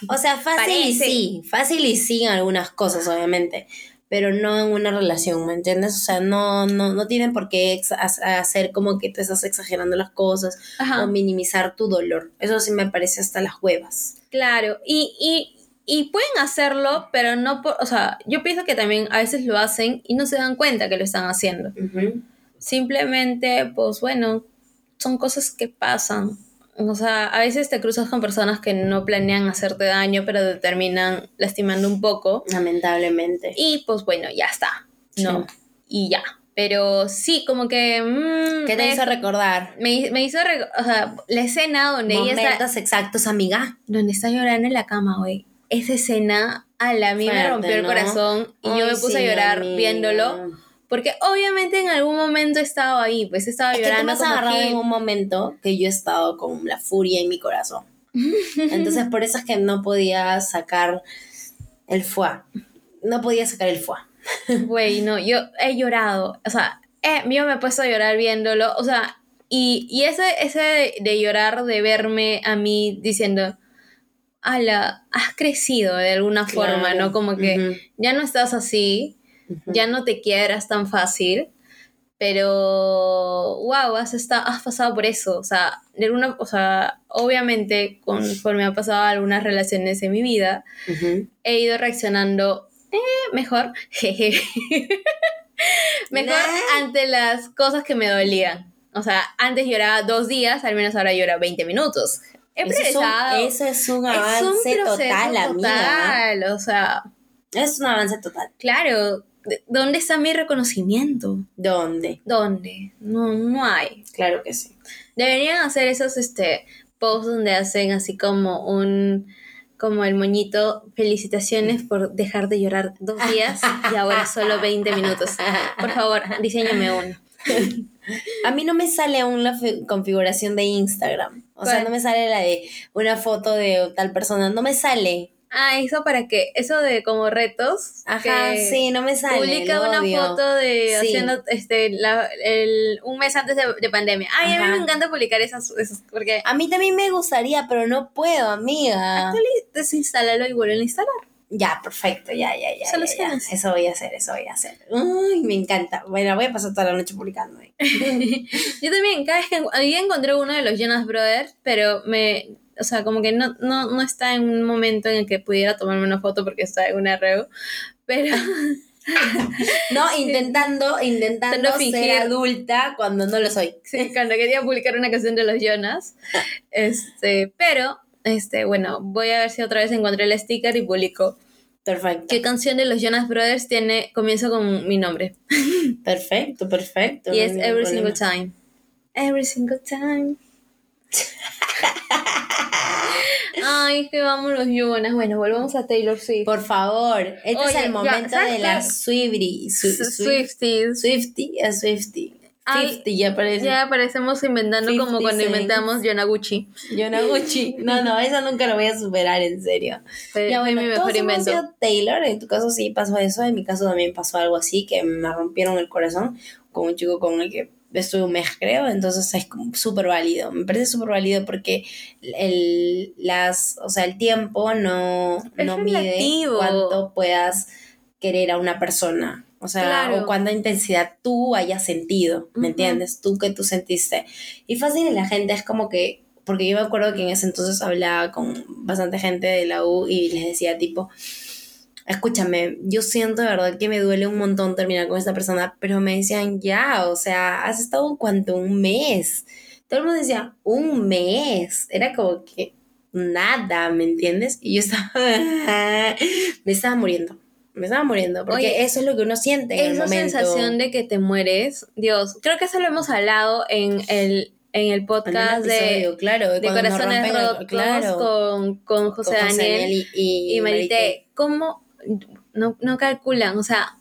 Speaker 1: O sea, fácil
Speaker 2: Parece.
Speaker 1: y sí, fácil y sí en algunas cosas, obviamente, pero no en una relación, ¿me entiendes? O sea, no, no, no tienen por qué ex- ha- hacer como que tú estás exagerando las cosas
Speaker 2: Ajá.
Speaker 1: o minimizar tu dolor. Eso sí me parece hasta las huevas.
Speaker 2: Claro, y, y, y pueden hacerlo, pero no por. O sea, yo pienso que también a veces lo hacen y no se dan cuenta que lo están haciendo. Simplemente, pues bueno, son cosas que pasan. O sea, a veces te cruzas con personas que no planean hacerte daño, pero te terminan lastimando un poco.
Speaker 1: Lamentablemente.
Speaker 2: Y pues bueno, ya está. No. Y ya. Pero sí, como que. mm,
Speaker 1: ¿Qué te
Speaker 2: me-
Speaker 1: hizo recordar?
Speaker 2: me, me hizo, rec- o sea, la escena donde ella está,
Speaker 1: Momentos exactos, amiga.
Speaker 2: donde está llorando en la cama, güey. Esa escena a la a mí me
Speaker 1: Fuerte,
Speaker 2: rompió el
Speaker 1: ¿no?
Speaker 2: corazón y yo
Speaker 1: Ay,
Speaker 2: me puse a
Speaker 1: sí,
Speaker 2: llorar
Speaker 1: amiga.
Speaker 2: viéndolo. Porque obviamente en algún momento estaba ahí, pues estaba
Speaker 1: Es que tú me
Speaker 2: llorando
Speaker 1: has
Speaker 2: como
Speaker 1: agarrado
Speaker 2: Gil.
Speaker 1: en un momento que yo he estado con la furia en mi corazón. Entonces, por eso es que no podía sacar el foie. No podía sacar el foie.
Speaker 2: Güey, no, yo he llorado. O sea, eh, yo me he puesto a llorar viéndolo. O sea, y, y ese, ese de, de llorar, de verme a mí diciendo, ala, has crecido de alguna forma,
Speaker 1: Claro.
Speaker 2: ¿no? Como que ya no estás así, ya no te quiebras tan fácil. Pero, wow, has, esta- has pasado por eso. O sea, de alguna, o sea, obviamente, conforme han pasado algunas relaciones en mi vida,
Speaker 1: Ujú.
Speaker 2: he ido reaccionando eh, mejor, jeje, mejor
Speaker 1: Nah.
Speaker 2: ante las cosas que me dolían. O sea, antes lloraba dos días, al menos ahora llora 20 minutos. He
Speaker 1: Eso es, un,
Speaker 2: progresado.
Speaker 1: eso es un
Speaker 2: Es un
Speaker 1: avance
Speaker 2: proceso
Speaker 1: total, amiga.
Speaker 2: total, O sea,
Speaker 1: Es un avance total.
Speaker 2: claro, ¿de- ¿dónde está mi reconocimiento?
Speaker 1: ¿Dónde?
Speaker 2: ¿Dónde? No, no hay.
Speaker 1: Claro que sí.
Speaker 2: Deberían hacer esos este, posts donde hacen así como un como el moñito, felicitaciones por dejar de llorar dos días y ahora solo 20 minutos. Por favor, diseñame uno.
Speaker 1: A mí no me sale aún la fi- configuración de Instagram. O sea,
Speaker 2: ¿Cuál?
Speaker 1: no me sale la de una foto de tal persona. No me sale.
Speaker 2: Ah, eso para que, eso de como retos.
Speaker 1: Ajá,
Speaker 2: que
Speaker 1: sí, no me sale.
Speaker 2: Publica
Speaker 1: lo
Speaker 2: una
Speaker 1: odio.
Speaker 2: foto de
Speaker 1: Sí.
Speaker 2: haciendo este la- el- un mes antes de, de pandemia. Ay, a
Speaker 1: Ajá.
Speaker 2: mí me encanta publicar esas, esas porque
Speaker 1: A mí también me gustaría, pero no puedo, amiga.
Speaker 2: desinstálalo y vuelven a instalar.
Speaker 1: Ya, perfecto, ya, ya, ya.
Speaker 2: Solo
Speaker 1: ya, ya.
Speaker 2: escribes.
Speaker 1: Eso voy a hacer, eso voy a hacer. Uy, me encanta. Bueno, voy a pasar toda la noche publicando. ahí.
Speaker 2: Yo también, cada vez que ahí encontré uno de los Jonas Brothers, pero me, o sea, como que no, no, no está en un momento en el que pudiera tomarme una foto porque está en un arreo. Pero
Speaker 1: No, intentando, intentando
Speaker 2: Intentando fingir.
Speaker 1: ser adulta cuando no lo soy.
Speaker 2: sí, cuando quería publicar una canción de los Jonas, este, pero, este, bueno, voy a ver si otra vez encontré el sticker y publico.
Speaker 1: Perfecto.
Speaker 2: ¿Qué canción de los Jonas Brothers tiene, comienzo con mi nombre?
Speaker 1: Perfecto, perfecto.
Speaker 2: Y
Speaker 1: no
Speaker 2: es
Speaker 1: hay
Speaker 2: Every
Speaker 1: ningún
Speaker 2: Single
Speaker 1: problema.
Speaker 2: Time. Every Single Time. Ay, es que vamos los Jonas. Bueno, volvamos a Taylor Swift.
Speaker 1: Por favor, este
Speaker 2: Oye,
Speaker 1: es el
Speaker 2: ya,
Speaker 1: momento
Speaker 2: ¿sabes
Speaker 1: de
Speaker 2: qué?
Speaker 1: la Swifty.
Speaker 2: S- Swifties.
Speaker 1: Swifty es Swifty.
Speaker 2: Ay,
Speaker 1: 50 ya aparece.
Speaker 2: Ya aparecemos inventando como cuando
Speaker 1: 56.
Speaker 2: inventamos Yonaguchi.
Speaker 1: Yonaguchi. No, no, eso nunca lo voy a superar, en serio.
Speaker 2: Fue,
Speaker 1: Ya,
Speaker 2: fue
Speaker 1: bueno,
Speaker 2: mi
Speaker 1: todos
Speaker 2: mejor
Speaker 1: hemos
Speaker 2: invento.
Speaker 1: sido Taylor, en tu caso sí pasó eso, en mi caso también pasó algo así, que me rompieron el corazón con un chico con el que estuve un mes, creo, entonces es como súper válido, me parece súper válido porque el, las, o sea, el tiempo no,
Speaker 2: Es
Speaker 1: no mide
Speaker 2: relativo.
Speaker 1: cuánto puedas querer a una persona. O sea,
Speaker 2: Claro.
Speaker 1: o cuánta intensidad tú hayas sentido, ¿me
Speaker 2: Ujú.
Speaker 1: entiendes? Tú que tú sentiste. Y fácil la gente es como que, porque yo me acuerdo que en ese entonces hablaba con bastante gente de la U y les decía tipo, escúchame, yo siento de verdad que me duele un montón terminar con esta persona, pero me decían, ya, o sea, has estado cuánto, un mes. Todo el mundo decía, un mes. Era como que nada, ¿me entiendes? Y yo estaba, me estaba muriendo. Me estaba muriendo, porque
Speaker 2: Oye,
Speaker 1: eso es lo que uno siente en el
Speaker 2: Esa
Speaker 1: momento.
Speaker 2: sensación de que te mueres, Dios, creo que eso lo hemos hablado en el, en el
Speaker 1: En un
Speaker 2: podcast
Speaker 1: episodio,
Speaker 2: de,
Speaker 1: claro,
Speaker 2: de
Speaker 1: cuando nos
Speaker 2: Corazones
Speaker 1: rompen el-
Speaker 2: Rotos
Speaker 1: claro,
Speaker 2: con, con
Speaker 1: con
Speaker 2: José Daniel
Speaker 1: y,
Speaker 2: y Marité, ¿cómo no, no calculan? O sea,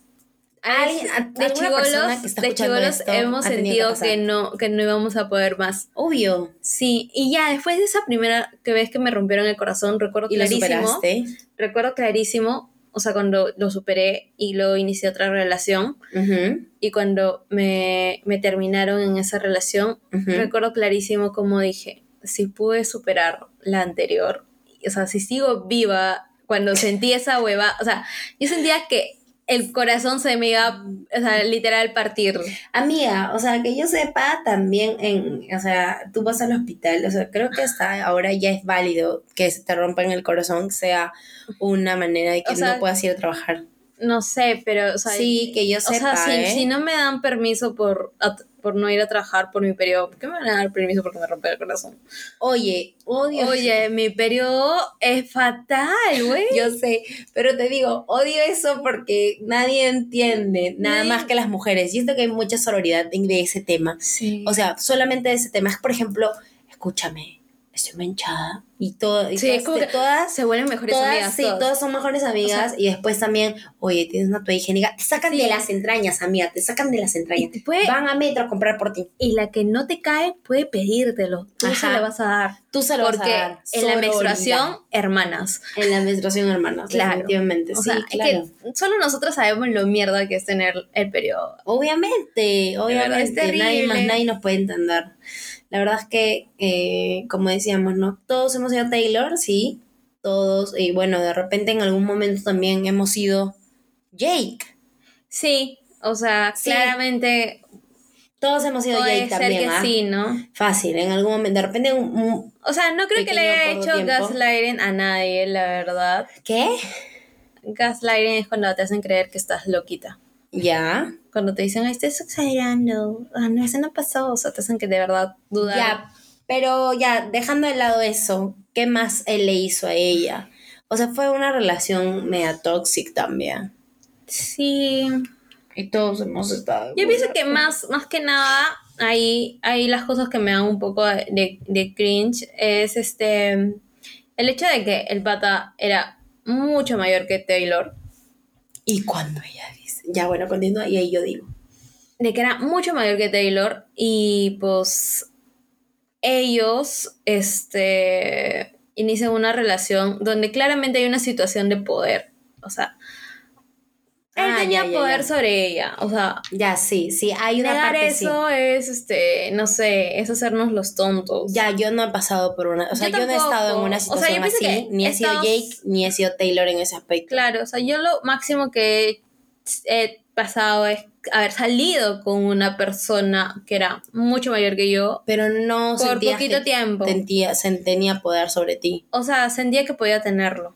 Speaker 2: a
Speaker 1: Alguien-
Speaker 2: veces
Speaker 1: a-
Speaker 2: de
Speaker 1: alguna persona que
Speaker 2: chivolos,
Speaker 1: está
Speaker 2: de
Speaker 1: escuchando
Speaker 2: chibolos
Speaker 1: esto
Speaker 2: hemos
Speaker 1: ha tenido que
Speaker 2: sentido
Speaker 1: pasar.
Speaker 2: que no, que no íbamos a poder más.
Speaker 1: Obvio.
Speaker 2: Sí, y ya después de esa primera que vez que me rompieron el corazón, recuerdo
Speaker 1: Y lo
Speaker 2: clarísimo,
Speaker 1: superaste.
Speaker 2: recuerdo clarísimo, o sea, cuando lo superé y luego inicié otra relación,
Speaker 1: Ujú,
Speaker 2: y cuando me, me terminaron en esa relación,
Speaker 1: ujú.
Speaker 2: recuerdo clarísimo como dije, si pude superar la anterior, o sea, si sigo viva, cuando sentí esa hueva, o sea, yo sentía que el corazón se me iba, o sea, literal partir.
Speaker 1: ah, Amiga, o sea, que yo sepa también en, o sea, tú vas al hospital, o sea, creo que hasta ahora ya es válido que se te rompa en el corazón sea una manera de que
Speaker 2: O sea,
Speaker 1: no puedas ir a trabajar.
Speaker 2: No sé, pero, o sea,
Speaker 1: sí, que yo
Speaker 2: o sea,
Speaker 1: sepa,
Speaker 2: si,
Speaker 1: ¿eh?
Speaker 2: si no me dan permiso por, at- por no ir a trabajar por mi periodo, ¿por qué me van a dar permiso porque me rompe el corazón?
Speaker 1: Oye, odio.
Speaker 2: Oye, mi periodo es fatal, güey.
Speaker 1: Yo sé, pero te digo, odio eso porque nadie entiende, nada
Speaker 2: Nadie-
Speaker 1: más que las mujeres. Siento que hay mucha sororidad en- de ese tema.
Speaker 2: Sí.
Speaker 1: O sea, solamente de ese tema. Es, por ejemplo, escúchame, estoy manchada. Y, todo, y
Speaker 2: Sí,
Speaker 1: todas-
Speaker 2: es como
Speaker 1: de
Speaker 2: que-
Speaker 1: todas
Speaker 2: se vuelven mejores
Speaker 1: todas,
Speaker 2: amigas.
Speaker 1: sí,
Speaker 2: todas.
Speaker 1: todas son mejores amigas y después también, oye, tienes una toalla higiénica, te sacan
Speaker 2: Sí.
Speaker 1: de las entrañas, amiga, te sacan de las entrañas.
Speaker 2: Y puede-
Speaker 1: Van a metro a comprar por ti.
Speaker 2: y la que no te cae puede pedírtelo. Tú se
Speaker 1: Ajá.
Speaker 2: la vas a dar.
Speaker 1: Tú se lo
Speaker 2: Porque
Speaker 1: vas a dar.
Speaker 2: en la
Speaker 1: Sororidad.
Speaker 2: menstruación, hermanas.
Speaker 1: en la menstruación, hermanas,
Speaker 2: Claro.
Speaker 1: definitivamente,
Speaker 2: O
Speaker 1: sí,
Speaker 2: sea, es
Speaker 1: claro.
Speaker 2: que solo nosotros sabemos lo mierda que es tener el periodo.
Speaker 1: Obviamente,
Speaker 2: verdad, es
Speaker 1: obviamente, nadie más,
Speaker 2: terrible.
Speaker 1: nadie nos puede entender. La verdad es que, eh, como decíamos, ¿no? Todos hemos sido Taylor, sí, todos, y bueno, de repente en algún momento también hemos sido Jake.
Speaker 2: Sí, o sea,
Speaker 1: Sí.
Speaker 2: claramente
Speaker 1: Todos hemos sido
Speaker 2: Puede
Speaker 1: Jade
Speaker 2: ser
Speaker 1: también,
Speaker 2: que
Speaker 1: ¿ah?
Speaker 2: sí, ¿no?
Speaker 1: Fácil, en algún momento. De repente, un, un-
Speaker 2: O sea, no creo que le
Speaker 1: Pequeño
Speaker 2: haya
Speaker 1: corto
Speaker 2: hecho
Speaker 1: tiempo.
Speaker 2: gaslighting a nadie, la verdad.
Speaker 1: ¿qué?
Speaker 2: Gaslighting es cuando te hacen creer que estás loquita.
Speaker 1: Ya.
Speaker 2: Cuando te dicen, "Ay, estás exagerando, ah, no, eso no pasó, o sea, te hacen que de verdad dudar.
Speaker 1: Ya, pero ya, dejando de lado eso, ¿qué más él le hizo a ella? O sea, fue una relación media tóxica también.
Speaker 2: Sí.
Speaker 1: Y todos hemos estado.
Speaker 2: Yo pienso que más, más que nada, ahí, ahí las cosas que me dan un poco de, de cringe es este el hecho de que el pata era mucho mayor que Taylor,
Speaker 1: Y cuando ella dice. Ya, bueno, continúa y ahí yo digo.
Speaker 2: de que era mucho mayor que Taylor y pues ellos este, inician una relación donde claramente hay una situación de poder, o sea, él
Speaker 1: Ah,
Speaker 2: tenía
Speaker 1: ya, ya,
Speaker 2: poder
Speaker 1: ya.
Speaker 2: sobre ella, o sea,
Speaker 1: Ya, sí, sí, hay una
Speaker 2: negar
Speaker 1: parte sí.
Speaker 2: eso es este, no sé, es hacernos los tontos.
Speaker 1: Ya, yo no he pasado por una. O sea, yo, no he
Speaker 2: tampoco.
Speaker 1: estado en
Speaker 2: O
Speaker 1: una
Speaker 2: sea, yo
Speaker 1: situación
Speaker 2: pienso
Speaker 1: así.
Speaker 2: que
Speaker 1: Ni he
Speaker 2: estamos-
Speaker 1: sido Jake, ni he sido Taylor en ese aspecto.
Speaker 2: Claro, o sea, yo lo máximo que he pasado es haber salido con una persona que era mucho mayor que yo
Speaker 1: Pero no
Speaker 2: por
Speaker 1: sentías
Speaker 2: poquito
Speaker 1: que
Speaker 2: tiempo.
Speaker 1: sentía- sen- tenía poder sobre ti.
Speaker 2: O sea, sentía que podía tenerlo.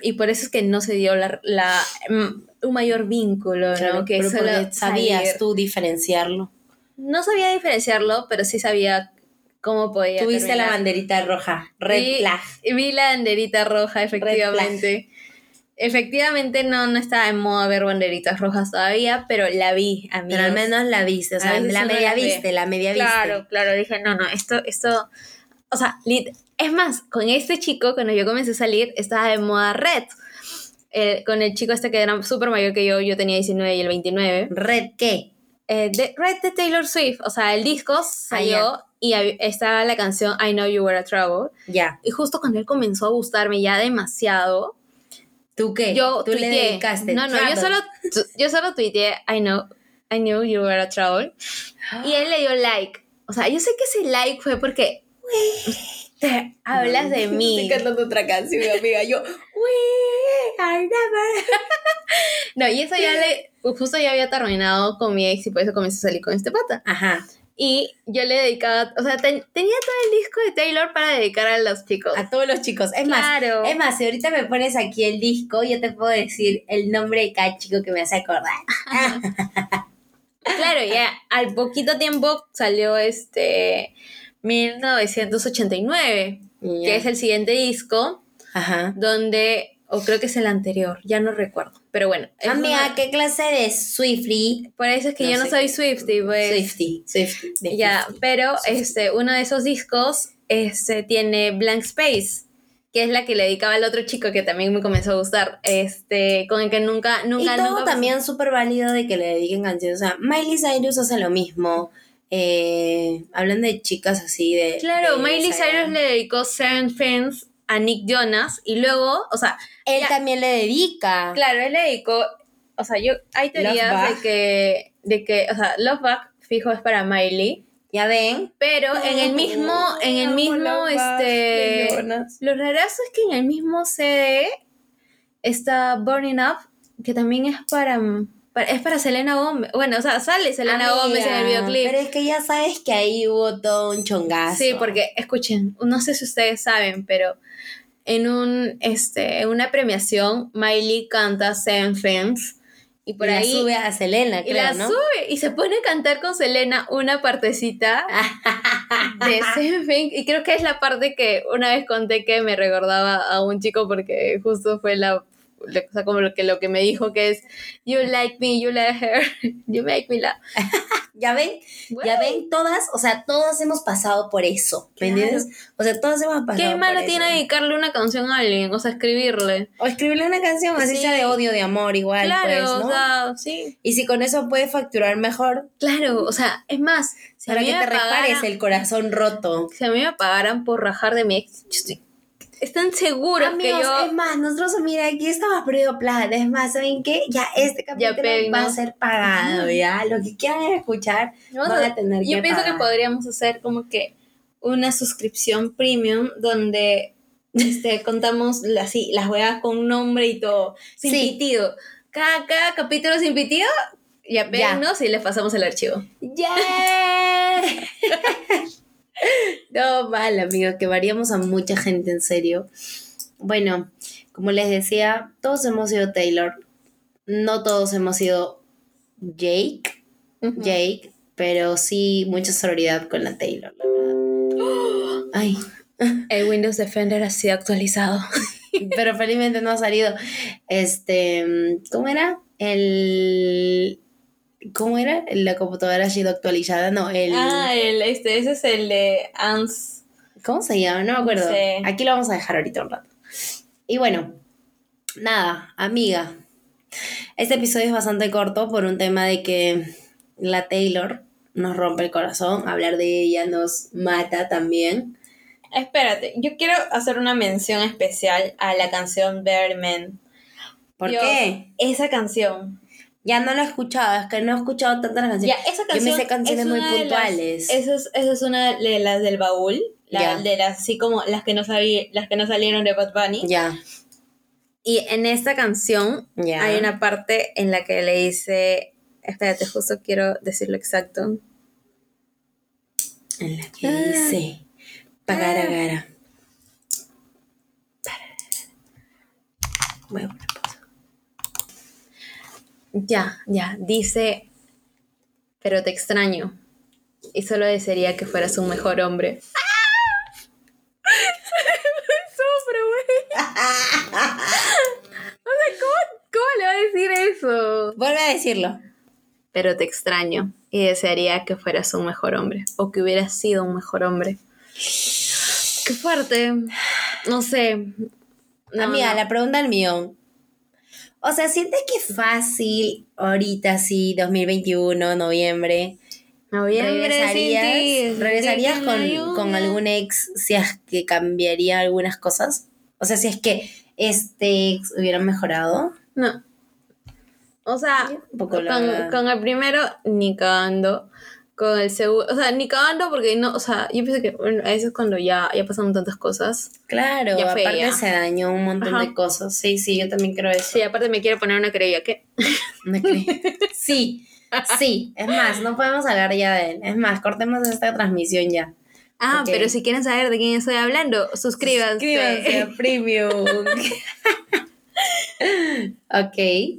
Speaker 2: Y por eso es que no se dio la, la- mm, un mayor vínculo, ¿no?
Speaker 1: Claro,
Speaker 2: Que
Speaker 1: pero
Speaker 2: solo
Speaker 1: porque sabías
Speaker 2: salir.
Speaker 1: tú diferenciarlo.
Speaker 2: No sabía diferenciarlo, pero sí sabía cómo podía
Speaker 1: Tuviste la
Speaker 2: terminar.
Speaker 1: banderita roja, red
Speaker 2: Vi-
Speaker 1: flag.
Speaker 2: Vi la banderita roja, efectivamente. Efectivamente no, no estaba en moda ver banderitas rojas todavía, pero la vi, amigos.
Speaker 1: Pero al menos la viste, o
Speaker 2: A
Speaker 1: sea,
Speaker 2: veces
Speaker 1: la
Speaker 2: uno
Speaker 1: media
Speaker 2: las ve.
Speaker 1: viste, la media viste.
Speaker 2: Claro, claro, dije, no, no, esto, esto, o sea, lit- es más, con este chico, cuando yo comencé a salir, estaba de moda red. Eh, con el chico este que era súper mayor que yo, yo tenía 19 y el 29.
Speaker 1: ¿Red qué?
Speaker 2: Eh, de- red de Taylor Swift, o sea, el disco salió y hab- estaba la canción I Know You Were a Trouble.
Speaker 1: Ya.
Speaker 2: Y justo cuando él comenzó a gustarme ya demasiado,
Speaker 1: ¿Tú qué?
Speaker 2: yo
Speaker 1: Eh, ¿Tú
Speaker 2: tuiteé.
Speaker 1: le dedicaste?
Speaker 2: No, no, yo
Speaker 1: Trouble.
Speaker 2: solo, tu- yo solo tuiteé, I know, I knew you were a trouble. Y él le dio like. O sea, yo sé que ese like fue porque te hablas de mí.
Speaker 1: cantando otra canción, amiga. Yo,
Speaker 2: We are never. no, y eso ya le. Justo ya había terminado con mi ex y por eso comencé a salir con este pata.
Speaker 1: ajá,
Speaker 2: Y yo le dedicaba. O sea, ten- tenía todo el disco de Taylor para dedicar a los chicos.
Speaker 1: a todos los chicos. Es más,
Speaker 2: claro.
Speaker 1: Es más, si ahorita me pones aquí el disco, yo te puedo decir el nombre de cada chico que me hace acordar.
Speaker 2: Claro, ya al poquito tiempo salió este 1989, que es el siguiente disco,
Speaker 1: Ajá.
Speaker 2: donde, o creo que es el anterior, ya no recuerdo, pero bueno. es
Speaker 1: Amiga,
Speaker 2: una-
Speaker 1: ¿qué clase de Swifty?
Speaker 2: por eso es que
Speaker 1: no
Speaker 2: yo no
Speaker 1: sé
Speaker 2: soy
Speaker 1: qué-
Speaker 2: Swiftie, pues.
Speaker 1: Swifty, Swifty. de
Speaker 2: Ya,
Speaker 1: Swiftie.
Speaker 2: pero este, uno de esos discos este, tiene Blank Space, que es la que le dedicaba al otro chico que también me comenzó a gustar, este, con el que nunca,
Speaker 1: Y
Speaker 2: nunca,
Speaker 1: todo
Speaker 2: nunca-
Speaker 1: también súper válido de que le dediquen canciones. O sea, Miley Cyrus hace lo mismo. Eh, hablan de chicas así de.
Speaker 2: Claro,
Speaker 1: de
Speaker 2: Miley
Speaker 1: esa edad.
Speaker 2: Cyrus le dedicó Seven Fans a Nick Jonas y luego, o sea,
Speaker 1: Él
Speaker 2: ya-
Speaker 1: también le dedica.
Speaker 2: claro, él le dedicó, o sea, yo hay teorías
Speaker 1: Bug.
Speaker 2: de que, de que, o sea, Love Back fijo es para Miley,
Speaker 1: Ya ven.
Speaker 2: pero en el mismo, en el mismo, este, lo rarazo es que en el mismo CD está Burning Up, que también es para, para- es para Selena Gomez, bueno, o sea, sale Selena
Speaker 1: Amiga,
Speaker 2: Gomez en el videoclip.
Speaker 1: Pero es que ya sabes que ahí hubo todo un chongazo.
Speaker 2: Sí, porque escuchen, no sé si ustedes saben, pero en un este en una premiación Miley canta Seven Fans y por
Speaker 1: y
Speaker 2: ahí
Speaker 1: la sube a Selena,
Speaker 2: y
Speaker 1: creo,
Speaker 2: la
Speaker 1: ¿no?
Speaker 2: sube y se pone a cantar con Selena una partecita de Seven Fans y creo que es la parte que una vez conté que me recordaba a un chico porque justo fue la la cosa como lo que lo que me dijo que es you like me you like her you make me laugh
Speaker 1: Ya ven, ya ven todas, o sea, todas hemos pasado por eso, ¿me
Speaker 2: Claro.
Speaker 1: entiendes? O sea, todas hemos pasado
Speaker 2: qué
Speaker 1: por
Speaker 2: malo
Speaker 1: eso.
Speaker 2: tiene dedicarle una canción a alguien o sea escribirle
Speaker 1: O escribirle una canción, así
Speaker 2: Sí.
Speaker 1: sea de odio, de amor, igual,
Speaker 2: Claro,
Speaker 1: pues, ¿no?
Speaker 2: o sea, sí.
Speaker 1: y si con eso puedes facturar mejor,
Speaker 2: Claro, o sea, es más, si a
Speaker 1: para
Speaker 2: mí
Speaker 1: que
Speaker 2: me
Speaker 1: te repares
Speaker 2: pagaran-
Speaker 1: el corazón roto.
Speaker 2: si a mí me pagaran por rajar de mi ex, yo estoy- están seguros
Speaker 1: Amigos,
Speaker 2: que yo
Speaker 1: es más, nosotros, mira, aquí estamos perdido plata, es más, ¿saben qué? Ya este capítulo
Speaker 2: pedimos.
Speaker 1: va a ser pagado, ya, lo que quieran escuchar,
Speaker 2: Vamos
Speaker 1: van a tener
Speaker 2: Yo
Speaker 1: que
Speaker 2: pienso que
Speaker 1: pagar.
Speaker 2: podríamos hacer como que una suscripción premium donde este, contamos las, sí, las huevas con nombre y todo, sin
Speaker 1: Sí.
Speaker 2: pitido. Cada, cada capítulo sin pitido, Y apéguennos y les pasamos el archivo.
Speaker 1: ¡Yeah! no, mal, amigo, que variamos a mucha gente, en serio. Bueno, como les decía, todos hemos sido Taylor. No todos hemos sido Jake.
Speaker 2: Ujú.
Speaker 1: Jake, pero sí mucha sororidad con la Taylor, la verdad. Ay,
Speaker 2: El Windows Defender ha sido actualizado.
Speaker 1: pero felizmente no ha salido. Este, ¿cómo era? El. ¿Cómo era? La computadora ha sido actualizada, no, el.
Speaker 2: Ah, el, este, ese es el de ANS.
Speaker 1: ¿Cómo se llama? No me acuerdo.
Speaker 2: Sí.
Speaker 1: Aquí lo vamos a dejar ahorita un rato. Y bueno, nada, amiga. Este episodio es bastante corto por un tema de que la Taylor nos rompe el corazón. Hablar de ella nos mata también.
Speaker 2: Espérate, yo quiero hacer una mención especial a la canción Birdman.
Speaker 1: ¿Por
Speaker 2: Yo-
Speaker 1: qué?
Speaker 2: Esa canción.
Speaker 1: Ya no la he escuchado, es que no he escuchado tantas
Speaker 2: Ya,
Speaker 1: canciones.
Speaker 2: esa
Speaker 1: Yo me
Speaker 2: canción.
Speaker 1: sé canciones
Speaker 2: es
Speaker 1: muy
Speaker 2: una de las-
Speaker 1: puntuales.
Speaker 2: Esa es, esa es una de las del baúl. La,
Speaker 1: Ya.
Speaker 2: De las, así como las que, no sabí- las que no salieron de Bad Bunny.
Speaker 1: Ya,
Speaker 2: Y en esta canción
Speaker 1: Ya.
Speaker 2: hay una parte en la que le dice, espérate, justo quiero decirlo exacto.
Speaker 1: en la que
Speaker 2: Ah.
Speaker 1: dice pagar a gara. Voy a poner pausa.
Speaker 2: Ya, ya, dice, pero te extraño. Y solo desearía que fueras un mejor hombre. Sufre, güey. O sea, ¿cómo, ¿cómo le va a decir eso?
Speaker 1: Vuelve a decirlo.
Speaker 2: Pero te extraño y desearía que fueras un mejor hombre o que hubieras sido un mejor hombre. Qué fuerte. No sé. No,
Speaker 1: Amiga,
Speaker 2: no.
Speaker 1: la pregunta del millón. O sea, ¿sientes que es fácil ahorita, sí, 2021, noviembre?
Speaker 2: Noviembre sin
Speaker 1: ¿Regresarías,
Speaker 2: ti, sin
Speaker 1: regresarías
Speaker 2: ti en la
Speaker 1: con,
Speaker 2: lluvia.
Speaker 1: con algún ex si es que cambiaría algunas cosas? O sea, si es que este ex hubiera mejorado.
Speaker 2: No. O sea,
Speaker 1: Yo tampoco, la
Speaker 2: con,
Speaker 1: verdad.
Speaker 2: con el primero ni cagando. Con el segundo, o sea, ni cagando porque no, o sea, yo pienso que bueno, a veces cuando ya, ya pasaron tantas cosas.
Speaker 1: Claro,
Speaker 2: Ya fue,
Speaker 1: aparte
Speaker 2: ya.
Speaker 1: se dañó un montón
Speaker 2: Ajá.
Speaker 1: de cosas. Sí, sí, yo también creo eso.
Speaker 2: Sí, aparte me quiero poner una querella que.
Speaker 1: No creo. Sí, sí. Es más, no podemos hablar ya de él. Es más, cortemos esta transmisión ya.
Speaker 2: Ah,
Speaker 1: Ok.
Speaker 2: pero si quieren saber de quién estoy hablando, suscríbanse.
Speaker 1: Suscríbanse a Premium. ok.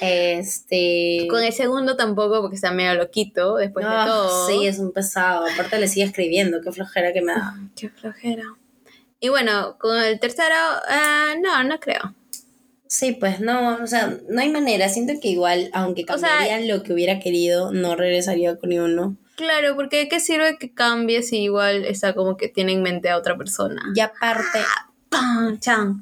Speaker 1: Este.
Speaker 2: Con el segundo tampoco, porque está medio loquito después
Speaker 1: Ah,
Speaker 2: de todo.
Speaker 1: Sí, es un pesado. Aparte le sigue escribiendo. Qué flojera que me da.
Speaker 2: Qué flojera. Y bueno, con el tercero, ah, no, no creo.
Speaker 1: Sí, pues no. O sea, no hay manera. Siento que igual, aunque
Speaker 2: O sea-
Speaker 1: cambiaría lo que hubiera querido, no regresaría con ninguno.
Speaker 2: Claro, porque ¿de ¿qué sirve que cambie si igual está como que tiene en mente a otra persona?
Speaker 1: Y aparte.
Speaker 2: ¡Pam! ¡Chan!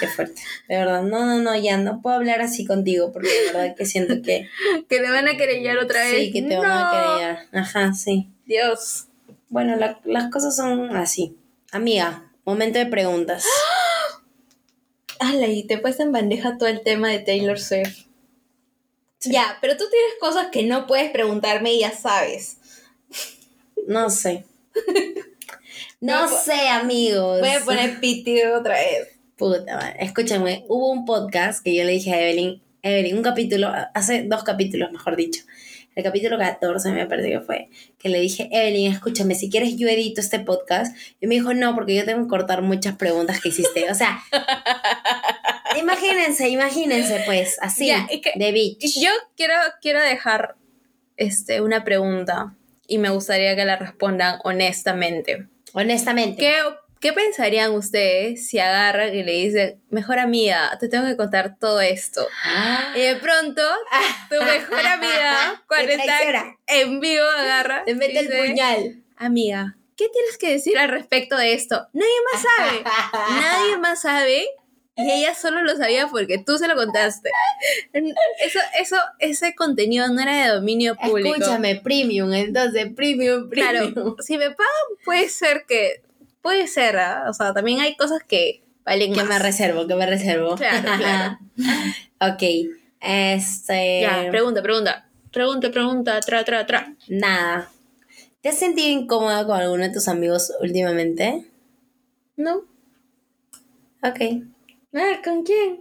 Speaker 1: Qué fuerte. De verdad. No, no, no. Ya no puedo hablar así contigo porque de verdad que siento que.
Speaker 2: Que te van a querellar otra vez.
Speaker 1: Sí, que te van a
Speaker 2: ¡No!
Speaker 1: querer. Ajá, sí.
Speaker 2: Dios.
Speaker 1: Bueno, la- las cosas son así. Amiga, momento de preguntas.
Speaker 2: Ala, y te puedes en bandeja todo el tema de Taylor Swift. Ya, pero tú tienes cosas que no puedes preguntarme y ya sabes.
Speaker 1: No sé. No
Speaker 2: Voy a po-
Speaker 1: sé, amigos.
Speaker 2: pues, Voy a poner pitido otra vez.
Speaker 1: Puta madre. Escúchame, hubo un podcast que yo le dije a Evelyn, Evelyn, un capítulo, hace dos capítulos, mejor dicho. El capítulo 14 me parece que fue, que le dije, Evelyn, escúchame, si quieres yo edito este podcast. Y me dijo, no, porque yo tengo que cortar muchas preguntas que hiciste. O sea, imagínense, imagínense, pues, así,
Speaker 2: Ya, es que-
Speaker 1: de bitch.
Speaker 2: Yo quiero, quiero dejar este, una pregunta y me gustaría que la respondan honestamente.
Speaker 1: Honestamente.
Speaker 2: ¿Qué, qué pensarían ustedes si agarran y le dicen, mejor amiga, te tengo que contar todo esto?
Speaker 1: Ah,
Speaker 2: Y de pronto, tu mejor amiga, cuando
Speaker 1: Te
Speaker 2: está
Speaker 1: traiciona.
Speaker 2: en vivo, agarra.
Speaker 1: Te mete el
Speaker 2: dice,
Speaker 1: puñal.
Speaker 2: Amiga, ¿qué tienes que decir al respecto de esto? Nadie más sabe. Nadie más sabe. Y ella solo lo sabía porque tú se lo contaste. Eso, eso, ese contenido no era de dominio público.
Speaker 1: Escúchame, premium, entonces, premium, premium.
Speaker 2: Claro, si me pagan puede ser que, puede ser, ¿ah? o sea, también hay cosas que valen
Speaker 1: Que
Speaker 2: más.
Speaker 1: me reservo, que me reservo.
Speaker 2: Claro, claro.
Speaker 1: ok. Este.
Speaker 2: Ya, pregunta, pregunta, pregunta, pregunta, tra, tra, tra.
Speaker 1: nada. ¿Te has sentido incómoda con alguno de tus amigos últimamente?
Speaker 2: No,
Speaker 1: Ok.
Speaker 2: Ah, ¿con quién?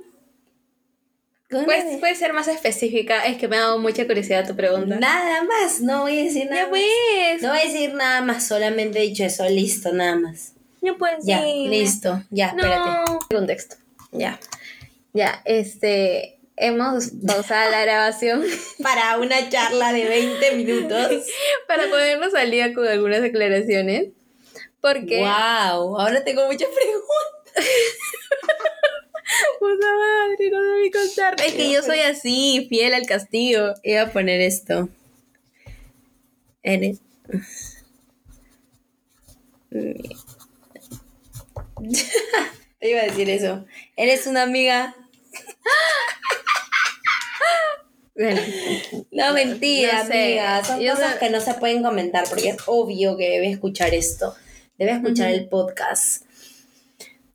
Speaker 2: Pues, puede ser más específica. Es que me ha dado mucha curiosidad tu pregunta.
Speaker 1: Nada más, no voy a decir nada
Speaker 2: pues, Ya
Speaker 1: más.
Speaker 2: pues.
Speaker 1: No voy a decir nada más, solamente he dicho eso, listo, nada más.
Speaker 2: Ya pues.
Speaker 1: Ya,
Speaker 2: dime.
Speaker 1: listo, ya, espérate.
Speaker 2: No. Contexto.
Speaker 1: Ya.
Speaker 2: Ya, este. Hemos pausado la grabación
Speaker 1: Para una charla de 20 minutos.
Speaker 2: para ponernos al día con algunas declaraciones. Porque.
Speaker 1: Wow, ahora tengo muchas preguntas.
Speaker 2: Puta madre, no debí contar. Es que yo soy así, fiel al castigo.
Speaker 1: Iba a poner esto. Eres. Iba a decir eso. Eres una amiga.
Speaker 2: Bueno,
Speaker 1: No, mentira,
Speaker 2: No sé.
Speaker 1: amiga. Son
Speaker 2: Yo
Speaker 1: cosas
Speaker 2: no-
Speaker 1: que no se pueden comentar porque es obvio que debe escuchar esto. Debe escuchar el podcast.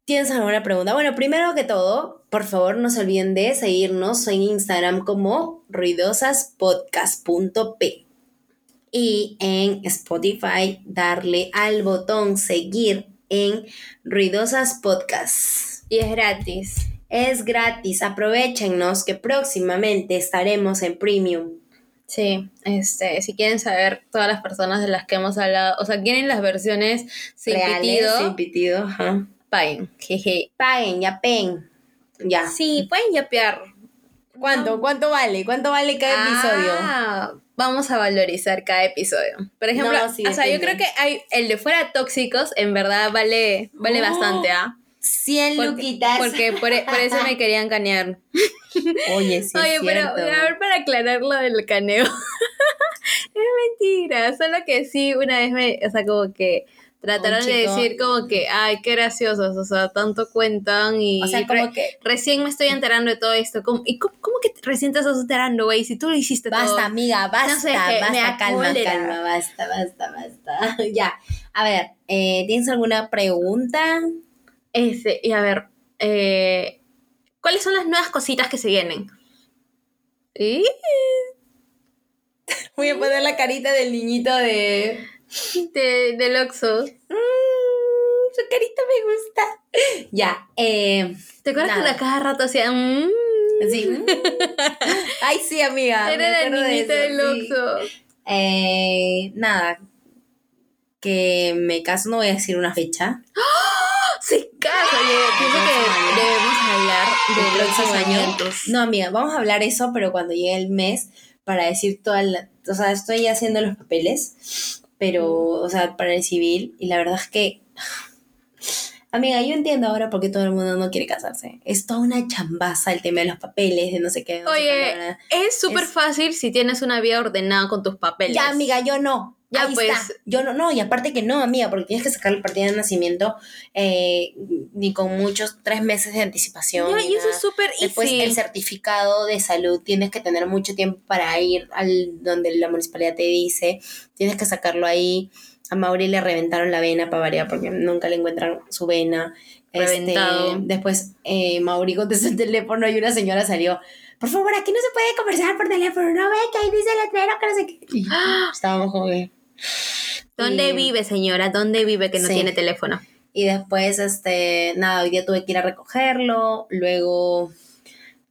Speaker 1: ¿Tienes alguna pregunta? Bueno, primero que todo, por favor, no se olviden de seguirnos en Instagram como ruidosaspodcast.p y en Spotify darle al botón seguir en Ruidosas Podcast.
Speaker 2: y es gratis.
Speaker 1: Es gratis, aprovechenos que próximamente estaremos en Premium.
Speaker 2: Sí, este, si quieren saber todas las personas de las que hemos hablado, o sea, quieren las versiones sin
Speaker 1: Reales,
Speaker 2: pitido,
Speaker 1: Sin pitido, ajá.
Speaker 2: paguen. Jeje.
Speaker 1: Paguen, ya peguen. Ya.
Speaker 2: Sí, pueden yapear.
Speaker 1: ¿Cuánto? ¿Cuánto vale? ¿Cuánto vale cada episodio?
Speaker 2: Ah, Vamos a valorizar cada episodio. Por ejemplo,
Speaker 1: No, sí,
Speaker 2: o sea, yo creo
Speaker 1: depende.
Speaker 2: que hay el de fuera tóxicos, en verdad vale, vale
Speaker 1: Oh.
Speaker 2: bastante, ¿ah?
Speaker 1: 100
Speaker 2: Porque,
Speaker 1: luquitas.
Speaker 2: porque por, e- por eso me querían canear.
Speaker 1: Oye, sí.
Speaker 2: Oye,
Speaker 1: es
Speaker 2: pero
Speaker 1: cierto.
Speaker 2: a ver, para aclarar lo del caneo. es mentira, solo que sí, una vez me, o sea, como que trataron
Speaker 1: Un
Speaker 2: de
Speaker 1: chico.
Speaker 2: decir como que, ay, qué graciosos, o sea, tanto cuentan y...
Speaker 1: O sea, como
Speaker 2: re-
Speaker 1: que.
Speaker 2: Recién me estoy enterando de todo esto. ¿Cómo, ¿Y cómo, cómo que recién te estás enterando, güey? Si tú lo hiciste todo.
Speaker 1: Basta, amiga, basta,
Speaker 2: No sé, que
Speaker 1: basta,
Speaker 2: me da
Speaker 1: calma,
Speaker 2: cólera.
Speaker 1: calma, basta, basta, basta. ya. A ver, eh, ¿tienes alguna pregunta?
Speaker 2: Este, y a ver, eh, ¿cuáles son las nuevas cositas que se vienen? ¿Y?
Speaker 1: Voy a poner la carita del niñito de.
Speaker 2: De, del Oxxo.
Speaker 1: Mm, su carita me gusta. Ya, eh,
Speaker 2: ¿Te acuerdas
Speaker 1: Nada.
Speaker 2: que a cada rato hacía... mm?
Speaker 1: sí. Ay, sí, amiga. me
Speaker 2: Era
Speaker 1: acuerdo
Speaker 2: la
Speaker 1: de
Speaker 2: niñita
Speaker 1: eso,
Speaker 2: del
Speaker 1: sí.
Speaker 2: Oxxo.
Speaker 1: Eh, nada. Que me caso, no voy a decir una fecha.
Speaker 2: Se casa. Oye,
Speaker 1: Ah,
Speaker 2: pienso que debemos hablar de los
Speaker 1: próximo año.
Speaker 2: casamientos.
Speaker 1: No, amiga, vamos a hablar eso, pero cuando llegue el mes, para decir toda la. O sea, estoy ya haciendo los papeles, pero, o sea, para el civil, y la verdad es que. Amiga, yo entiendo ahora por qué todo el mundo no quiere casarse. Es toda una chambaza el tema de los papeles, de no sé qué. de no sé cuándo,
Speaker 2: Oye,
Speaker 1: ¿verdad?
Speaker 2: es súper
Speaker 1: Es-
Speaker 2: fácil si tienes una vida ordenada con tus papeles.
Speaker 1: Ya, amiga, yo no.
Speaker 2: Ya,
Speaker 1: Ahí
Speaker 2: pues.
Speaker 1: está. Yo no, no, y aparte que no, amiga, porque tienes que sacar la partida de nacimiento eh, ni con muchos tres meses de anticipación.
Speaker 2: Ya,
Speaker 1: ni
Speaker 2: y eso
Speaker 1: nada.
Speaker 2: es súper
Speaker 1: Después
Speaker 2: easy.
Speaker 1: el certificado de salud tienes que tener mucho tiempo para ir al donde la municipalidad te dice, tienes que sacarlo ahí. A Mauri le reventaron la vena para variar porque nunca le encuentran su vena. Este,
Speaker 2: Reventado.
Speaker 1: después eh, Mauri contestó el teléfono y una señora salió. Por favor, aquí no se puede conversar por teléfono, no ve que ahí dice el letrero que no sé qué. Y Estábamos como que-
Speaker 2: ¿Dónde
Speaker 1: y-
Speaker 2: vive, señora? ¿Dónde vive que no
Speaker 1: Sí.
Speaker 2: tiene teléfono?
Speaker 1: Y después, este, nada, hoy día tuve que ir a recogerlo, luego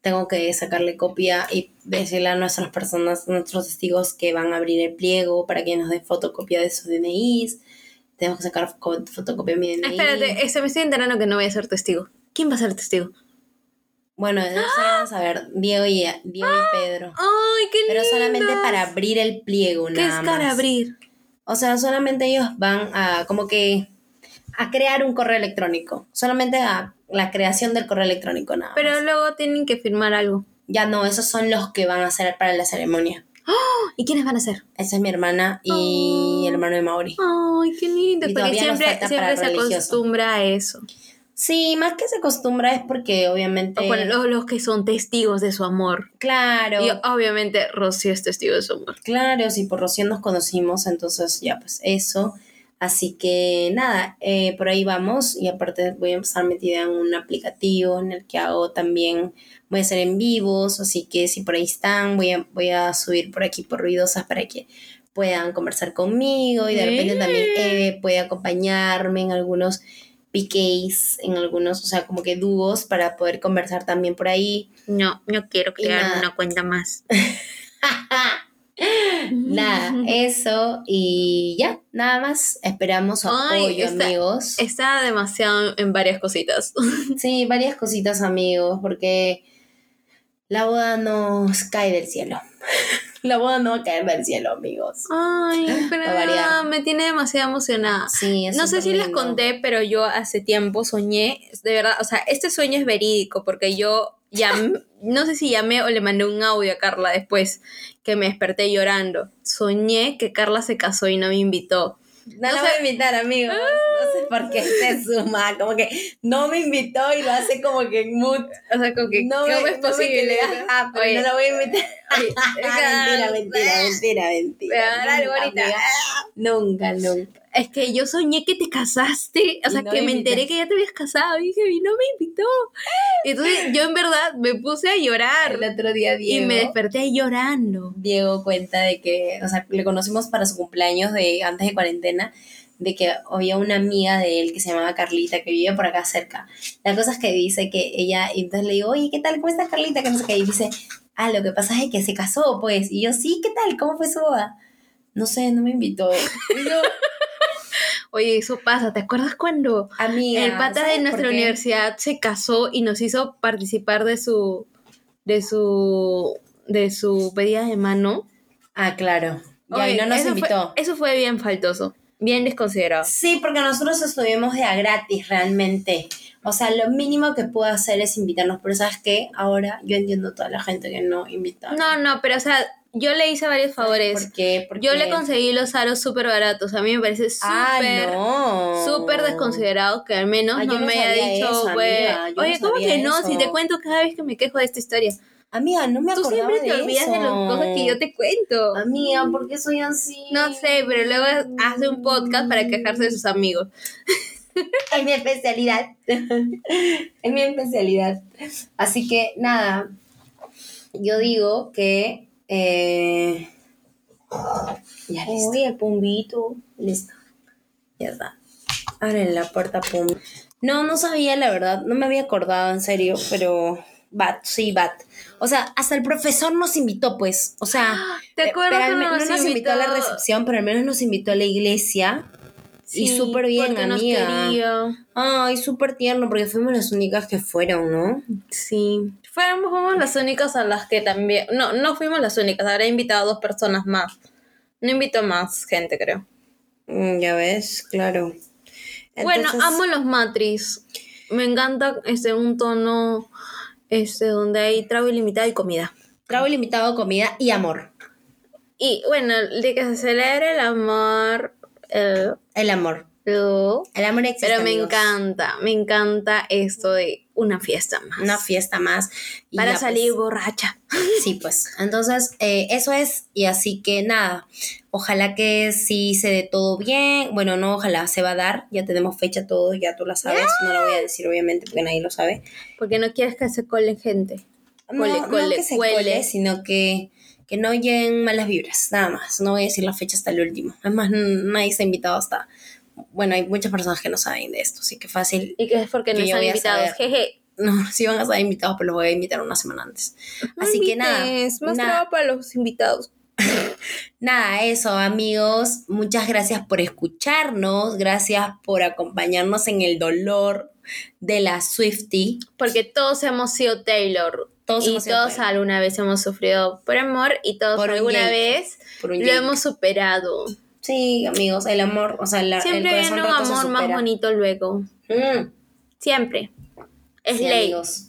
Speaker 1: tengo que sacarle copia y decirle a nuestras personas, a nuestros testigos que van a abrir el pliego para que nos den fotocopia de sus DNIs. Tengo que sacar co- fotocopia de mi DNI.
Speaker 2: Espérate, este, me estoy enterando que no voy a ser testigo. ¿Quién va a ser testigo?
Speaker 1: Bueno, eso vamos a ver, Diego y, Diego
Speaker 2: Ah,
Speaker 1: y Pedro.
Speaker 2: ¡Ay, qué lindo!
Speaker 1: Pero solamente para abrir el pliego,
Speaker 2: ¿Qué es
Speaker 1: nada
Speaker 2: para
Speaker 1: más.
Speaker 2: abrir?
Speaker 1: O sea, solamente ellos van a como que a crear un correo electrónico. Solamente a la creación del correo electrónico, nada más.
Speaker 2: Pero luego tienen que firmar algo.
Speaker 1: Ya no, esos son los que van a hacer para la ceremonia.
Speaker 2: ¿Y quiénes van a ser?
Speaker 1: Esa es mi hermana y
Speaker 2: Oh.
Speaker 1: el hermano de Mauri.
Speaker 2: Ay, qué lindo.
Speaker 1: Y
Speaker 2: Porque
Speaker 1: todavía nos
Speaker 2: siempre,
Speaker 1: falta
Speaker 2: siempre
Speaker 1: para
Speaker 2: se
Speaker 1: religioso.
Speaker 2: acostumbra a eso.
Speaker 1: Sí, más que se acostumbra es porque obviamente...
Speaker 2: O con los, los que son testigos de su amor.
Speaker 1: Claro,
Speaker 2: Y obviamente Rocío es testigo de su amor.
Speaker 1: claro, si por Rocío nos conocimos, entonces ya pues eso. Así que nada, eh, por ahí vamos y aparte voy a estar metida en un aplicativo en el que hago también, voy a hacer en vivos, así que si por ahí están, voy a, voy a subir por aquí por ruidosas para que puedan conversar conmigo y de repente también eh,
Speaker 2: Bien.
Speaker 1: Eve puede acompañarme en algunos PKs en algunos, o sea, como que dúos para poder conversar también por ahí.
Speaker 2: No, no quiero crear
Speaker 1: nada.
Speaker 2: una cuenta más.
Speaker 1: Nada, eso y ya, nada más. Esperamos su
Speaker 2: Ay,
Speaker 1: apoyo,
Speaker 2: esta-
Speaker 1: amigos.
Speaker 2: Está demasiado en varias cositas.
Speaker 1: Sí, varias cositas, amigos, porque la boda nos cae del cielo. la boda no va a caer del cielo, amigos.
Speaker 2: Ay, pero
Speaker 1: Va a variar.
Speaker 2: me tiene demasiado emocionada.
Speaker 1: Sí, es
Speaker 2: No sé
Speaker 1: súper
Speaker 2: si les
Speaker 1: lindo.
Speaker 2: conté, pero yo hace tiempo soñé, de verdad, o sea, este sueño es verídico porque yo ya no sé si llamé o le mandé un audio a Carla después que me desperté llorando. Soñé que Carla se casó y no me invitó.
Speaker 1: No, la voy a invitar, amigos. No sé
Speaker 2: Ah.
Speaker 1: por qué se suma. Como que no me invitó y lo hace como que en mood.
Speaker 2: O sea, como que
Speaker 1: No
Speaker 2: ¿cómo
Speaker 1: me,
Speaker 2: es
Speaker 1: no me
Speaker 2: posible?
Speaker 1: quería- ah, pero
Speaker 2: Oye,
Speaker 1: no la voy a invitar.
Speaker 2: oye,
Speaker 1: mentira, mentira, mentira, mentira.
Speaker 2: Me va a dar algo ahorita.
Speaker 1: amiga. Nunca, nunca.
Speaker 2: Es que yo soñé que te casaste, o
Speaker 1: Y
Speaker 2: sea,
Speaker 1: no
Speaker 2: que
Speaker 1: me
Speaker 2: me enteré que ya te habías casado, y dije, y no me invitó. Entonces yo en verdad me puse a llorar
Speaker 1: El otro día
Speaker 2: y
Speaker 1: Diego,
Speaker 2: me desperté llorando.
Speaker 1: Diego cuenta de que, o sea, le conocimos para su cumpleaños de antes de cuarentena, de que había una amiga de él que se llamaba Carlita, que vivía por acá cerca. La cosa es que dice que ella, y entonces le digo, oye, ¿qué tal? ¿Cómo estás, Carlita? Que no sé qué. Y dice, ah, lo que pasa es que se casó, pues. Y yo, sí, ¿qué tal? ¿Cómo fue su boda? No sé, no me invitó. Y yo,
Speaker 2: Oye, eso pasa, ¿te acuerdas cuando
Speaker 1: amiga.
Speaker 2: el pata
Speaker 1: ¿sabes
Speaker 2: de
Speaker 1: por
Speaker 2: nuestra
Speaker 1: qué?
Speaker 2: universidad se casó y nos hizo participar de su de su de su pedida de mano?
Speaker 1: Ah, claro. Y ahí
Speaker 2: Oye,
Speaker 1: no nos
Speaker 2: eso fue-
Speaker 1: invitó.
Speaker 2: eso fue bien faltoso, bien desconsiderado.
Speaker 1: Sí, porque nosotros estuvimos de a gratis realmente. O sea, lo mínimo que puedo hacer es invitarnos, pero sabes que ahora yo entiendo a toda la gente que no invita.
Speaker 2: No, no, pero o sea, yo le hice varios favores.
Speaker 1: ¿Por qué? ¿Por
Speaker 2: Yo
Speaker 1: qué?
Speaker 2: le conseguí los aros súper baratos. A mí me parece
Speaker 1: Ah,
Speaker 2: súper,
Speaker 1: no.
Speaker 2: súper desconsiderado que al menos
Speaker 1: Ay, yo
Speaker 2: no,
Speaker 1: no
Speaker 2: me haya
Speaker 1: sabía eso,
Speaker 2: dicho, güey.
Speaker 1: amiga, yo no
Speaker 2: Oye, ¿cómo
Speaker 1: sabía
Speaker 2: que no?
Speaker 1: eso.
Speaker 2: Si te cuento cada vez que me quejo de esta historia.
Speaker 1: Amiga, no me
Speaker 2: Tú
Speaker 1: acordaba
Speaker 2: siempre te
Speaker 1: de
Speaker 2: olvidas de las
Speaker 1: eso.
Speaker 2: cosas que yo te cuento.
Speaker 1: Amiga, ¿por qué soy así?
Speaker 2: No sé, pero luego hace un podcast para quejarse de sus amigos.
Speaker 1: Es mi especialidad. es mi especialidad. Así que nada, yo digo que... eh, ya listo.
Speaker 2: el pumbito.
Speaker 1: Listo. Ya está. Abre la puerta, pum. No, no sabía la verdad. No me había acordado, en serio. Pero. Bat, sí, Bat. O sea, hasta el profesor nos invitó, pues. O sea.
Speaker 2: ¿Te
Speaker 1: eh,
Speaker 2: acuerdas
Speaker 1: pero al
Speaker 2: cuando
Speaker 1: me-
Speaker 2: nos
Speaker 1: no nos invitó a la
Speaker 2: invitó?
Speaker 1: recepción, pero al menos nos invitó a la iglesia. y súper bien,
Speaker 2: porque nos
Speaker 1: amiga.
Speaker 2: quería.
Speaker 1: Ay, súper tierno, porque fuimos las únicas que fueron, ¿no?
Speaker 2: Sí. Fuéramos, fuimos las únicas a las que también. No, no fuimos las únicas. Habrá invitado a dos personas más. No invitó más gente, creo.
Speaker 1: Mm, ya ves, claro. Entonces-
Speaker 2: bueno, amo los Matrix. Me encanta este un tono este donde hay trago ilimitado y comida.
Speaker 1: Trago limitado, comida y amor.
Speaker 2: Y bueno, de que se celebra el amor. eh,
Speaker 1: El amor.
Speaker 2: lo-
Speaker 1: El amor existe.
Speaker 2: Pero me
Speaker 1: amigos.
Speaker 2: encanta, me encanta esto de una fiesta más.
Speaker 1: Una fiesta más. Y
Speaker 2: para
Speaker 1: ya, pues,
Speaker 2: salir borracha.
Speaker 1: Sí, pues. Entonces, eh, eso es. Y así que nada. Ojalá que sí se dé todo bien. Bueno, no, ojalá se va a dar. Ya tenemos fecha todos, ya tú la sabes. No la voy a decir, obviamente, porque nadie lo sabe.
Speaker 2: Porque no quieres que se colen gente.
Speaker 1: No,
Speaker 2: Cole,
Speaker 1: no
Speaker 2: cole,
Speaker 1: que se
Speaker 2: cuele.
Speaker 1: cuele, sino que, que no lleguen malas vibras. Nada más. No voy a decir la fecha hasta el último. Además, n- nadie se ha invitado hasta. Bueno, hay muchas personas que no saben de esto, así que fácil.
Speaker 2: Y que es porque
Speaker 1: Que
Speaker 2: no
Speaker 1: yo
Speaker 2: están
Speaker 1: voy a
Speaker 2: invitados.
Speaker 1: saber.
Speaker 2: Jeje.
Speaker 1: No, sí van a estar invitados, pero los voy a invitar una semana antes. Así que nada.
Speaker 2: Es más
Speaker 1: nada.
Speaker 2: trabajo para los invitados.
Speaker 1: Nada, eso amigos, muchas gracias por escucharnos, gracias por acompañarnos en el dolor de la Swifty.
Speaker 2: Porque todos hemos sido Taylor.
Speaker 1: Todos
Speaker 2: y
Speaker 1: hemos sido
Speaker 2: todos
Speaker 1: Taylor.
Speaker 2: alguna vez hemos sufrido por amor y todos
Speaker 1: Por un
Speaker 2: alguna
Speaker 1: Jake.
Speaker 2: vez
Speaker 1: Por un
Speaker 2: lo
Speaker 1: Jake.
Speaker 2: hemos superado.
Speaker 1: Sí, amigos, el amor, o sea, la,
Speaker 2: Siempre
Speaker 1: el corazón
Speaker 2: viene un
Speaker 1: roto se
Speaker 2: amor más
Speaker 1: supera.
Speaker 2: bonito luego.
Speaker 1: Mm,
Speaker 2: Siempre. Es
Speaker 1: sí,
Speaker 2: ley.
Speaker 1: amigos.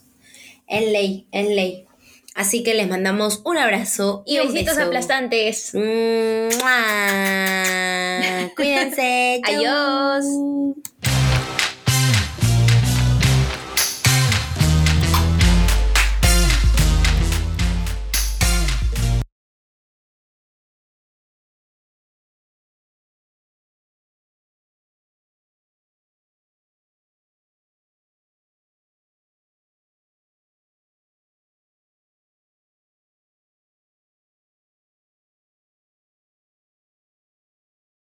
Speaker 1: Es ley, es ley. Así que les mandamos un abrazo y,
Speaker 2: Y
Speaker 1: un
Speaker 2: besitos
Speaker 1: beso.
Speaker 2: aplastantes.
Speaker 1: Mm, ¡mua! Cuídense. chau.
Speaker 2: Adiós.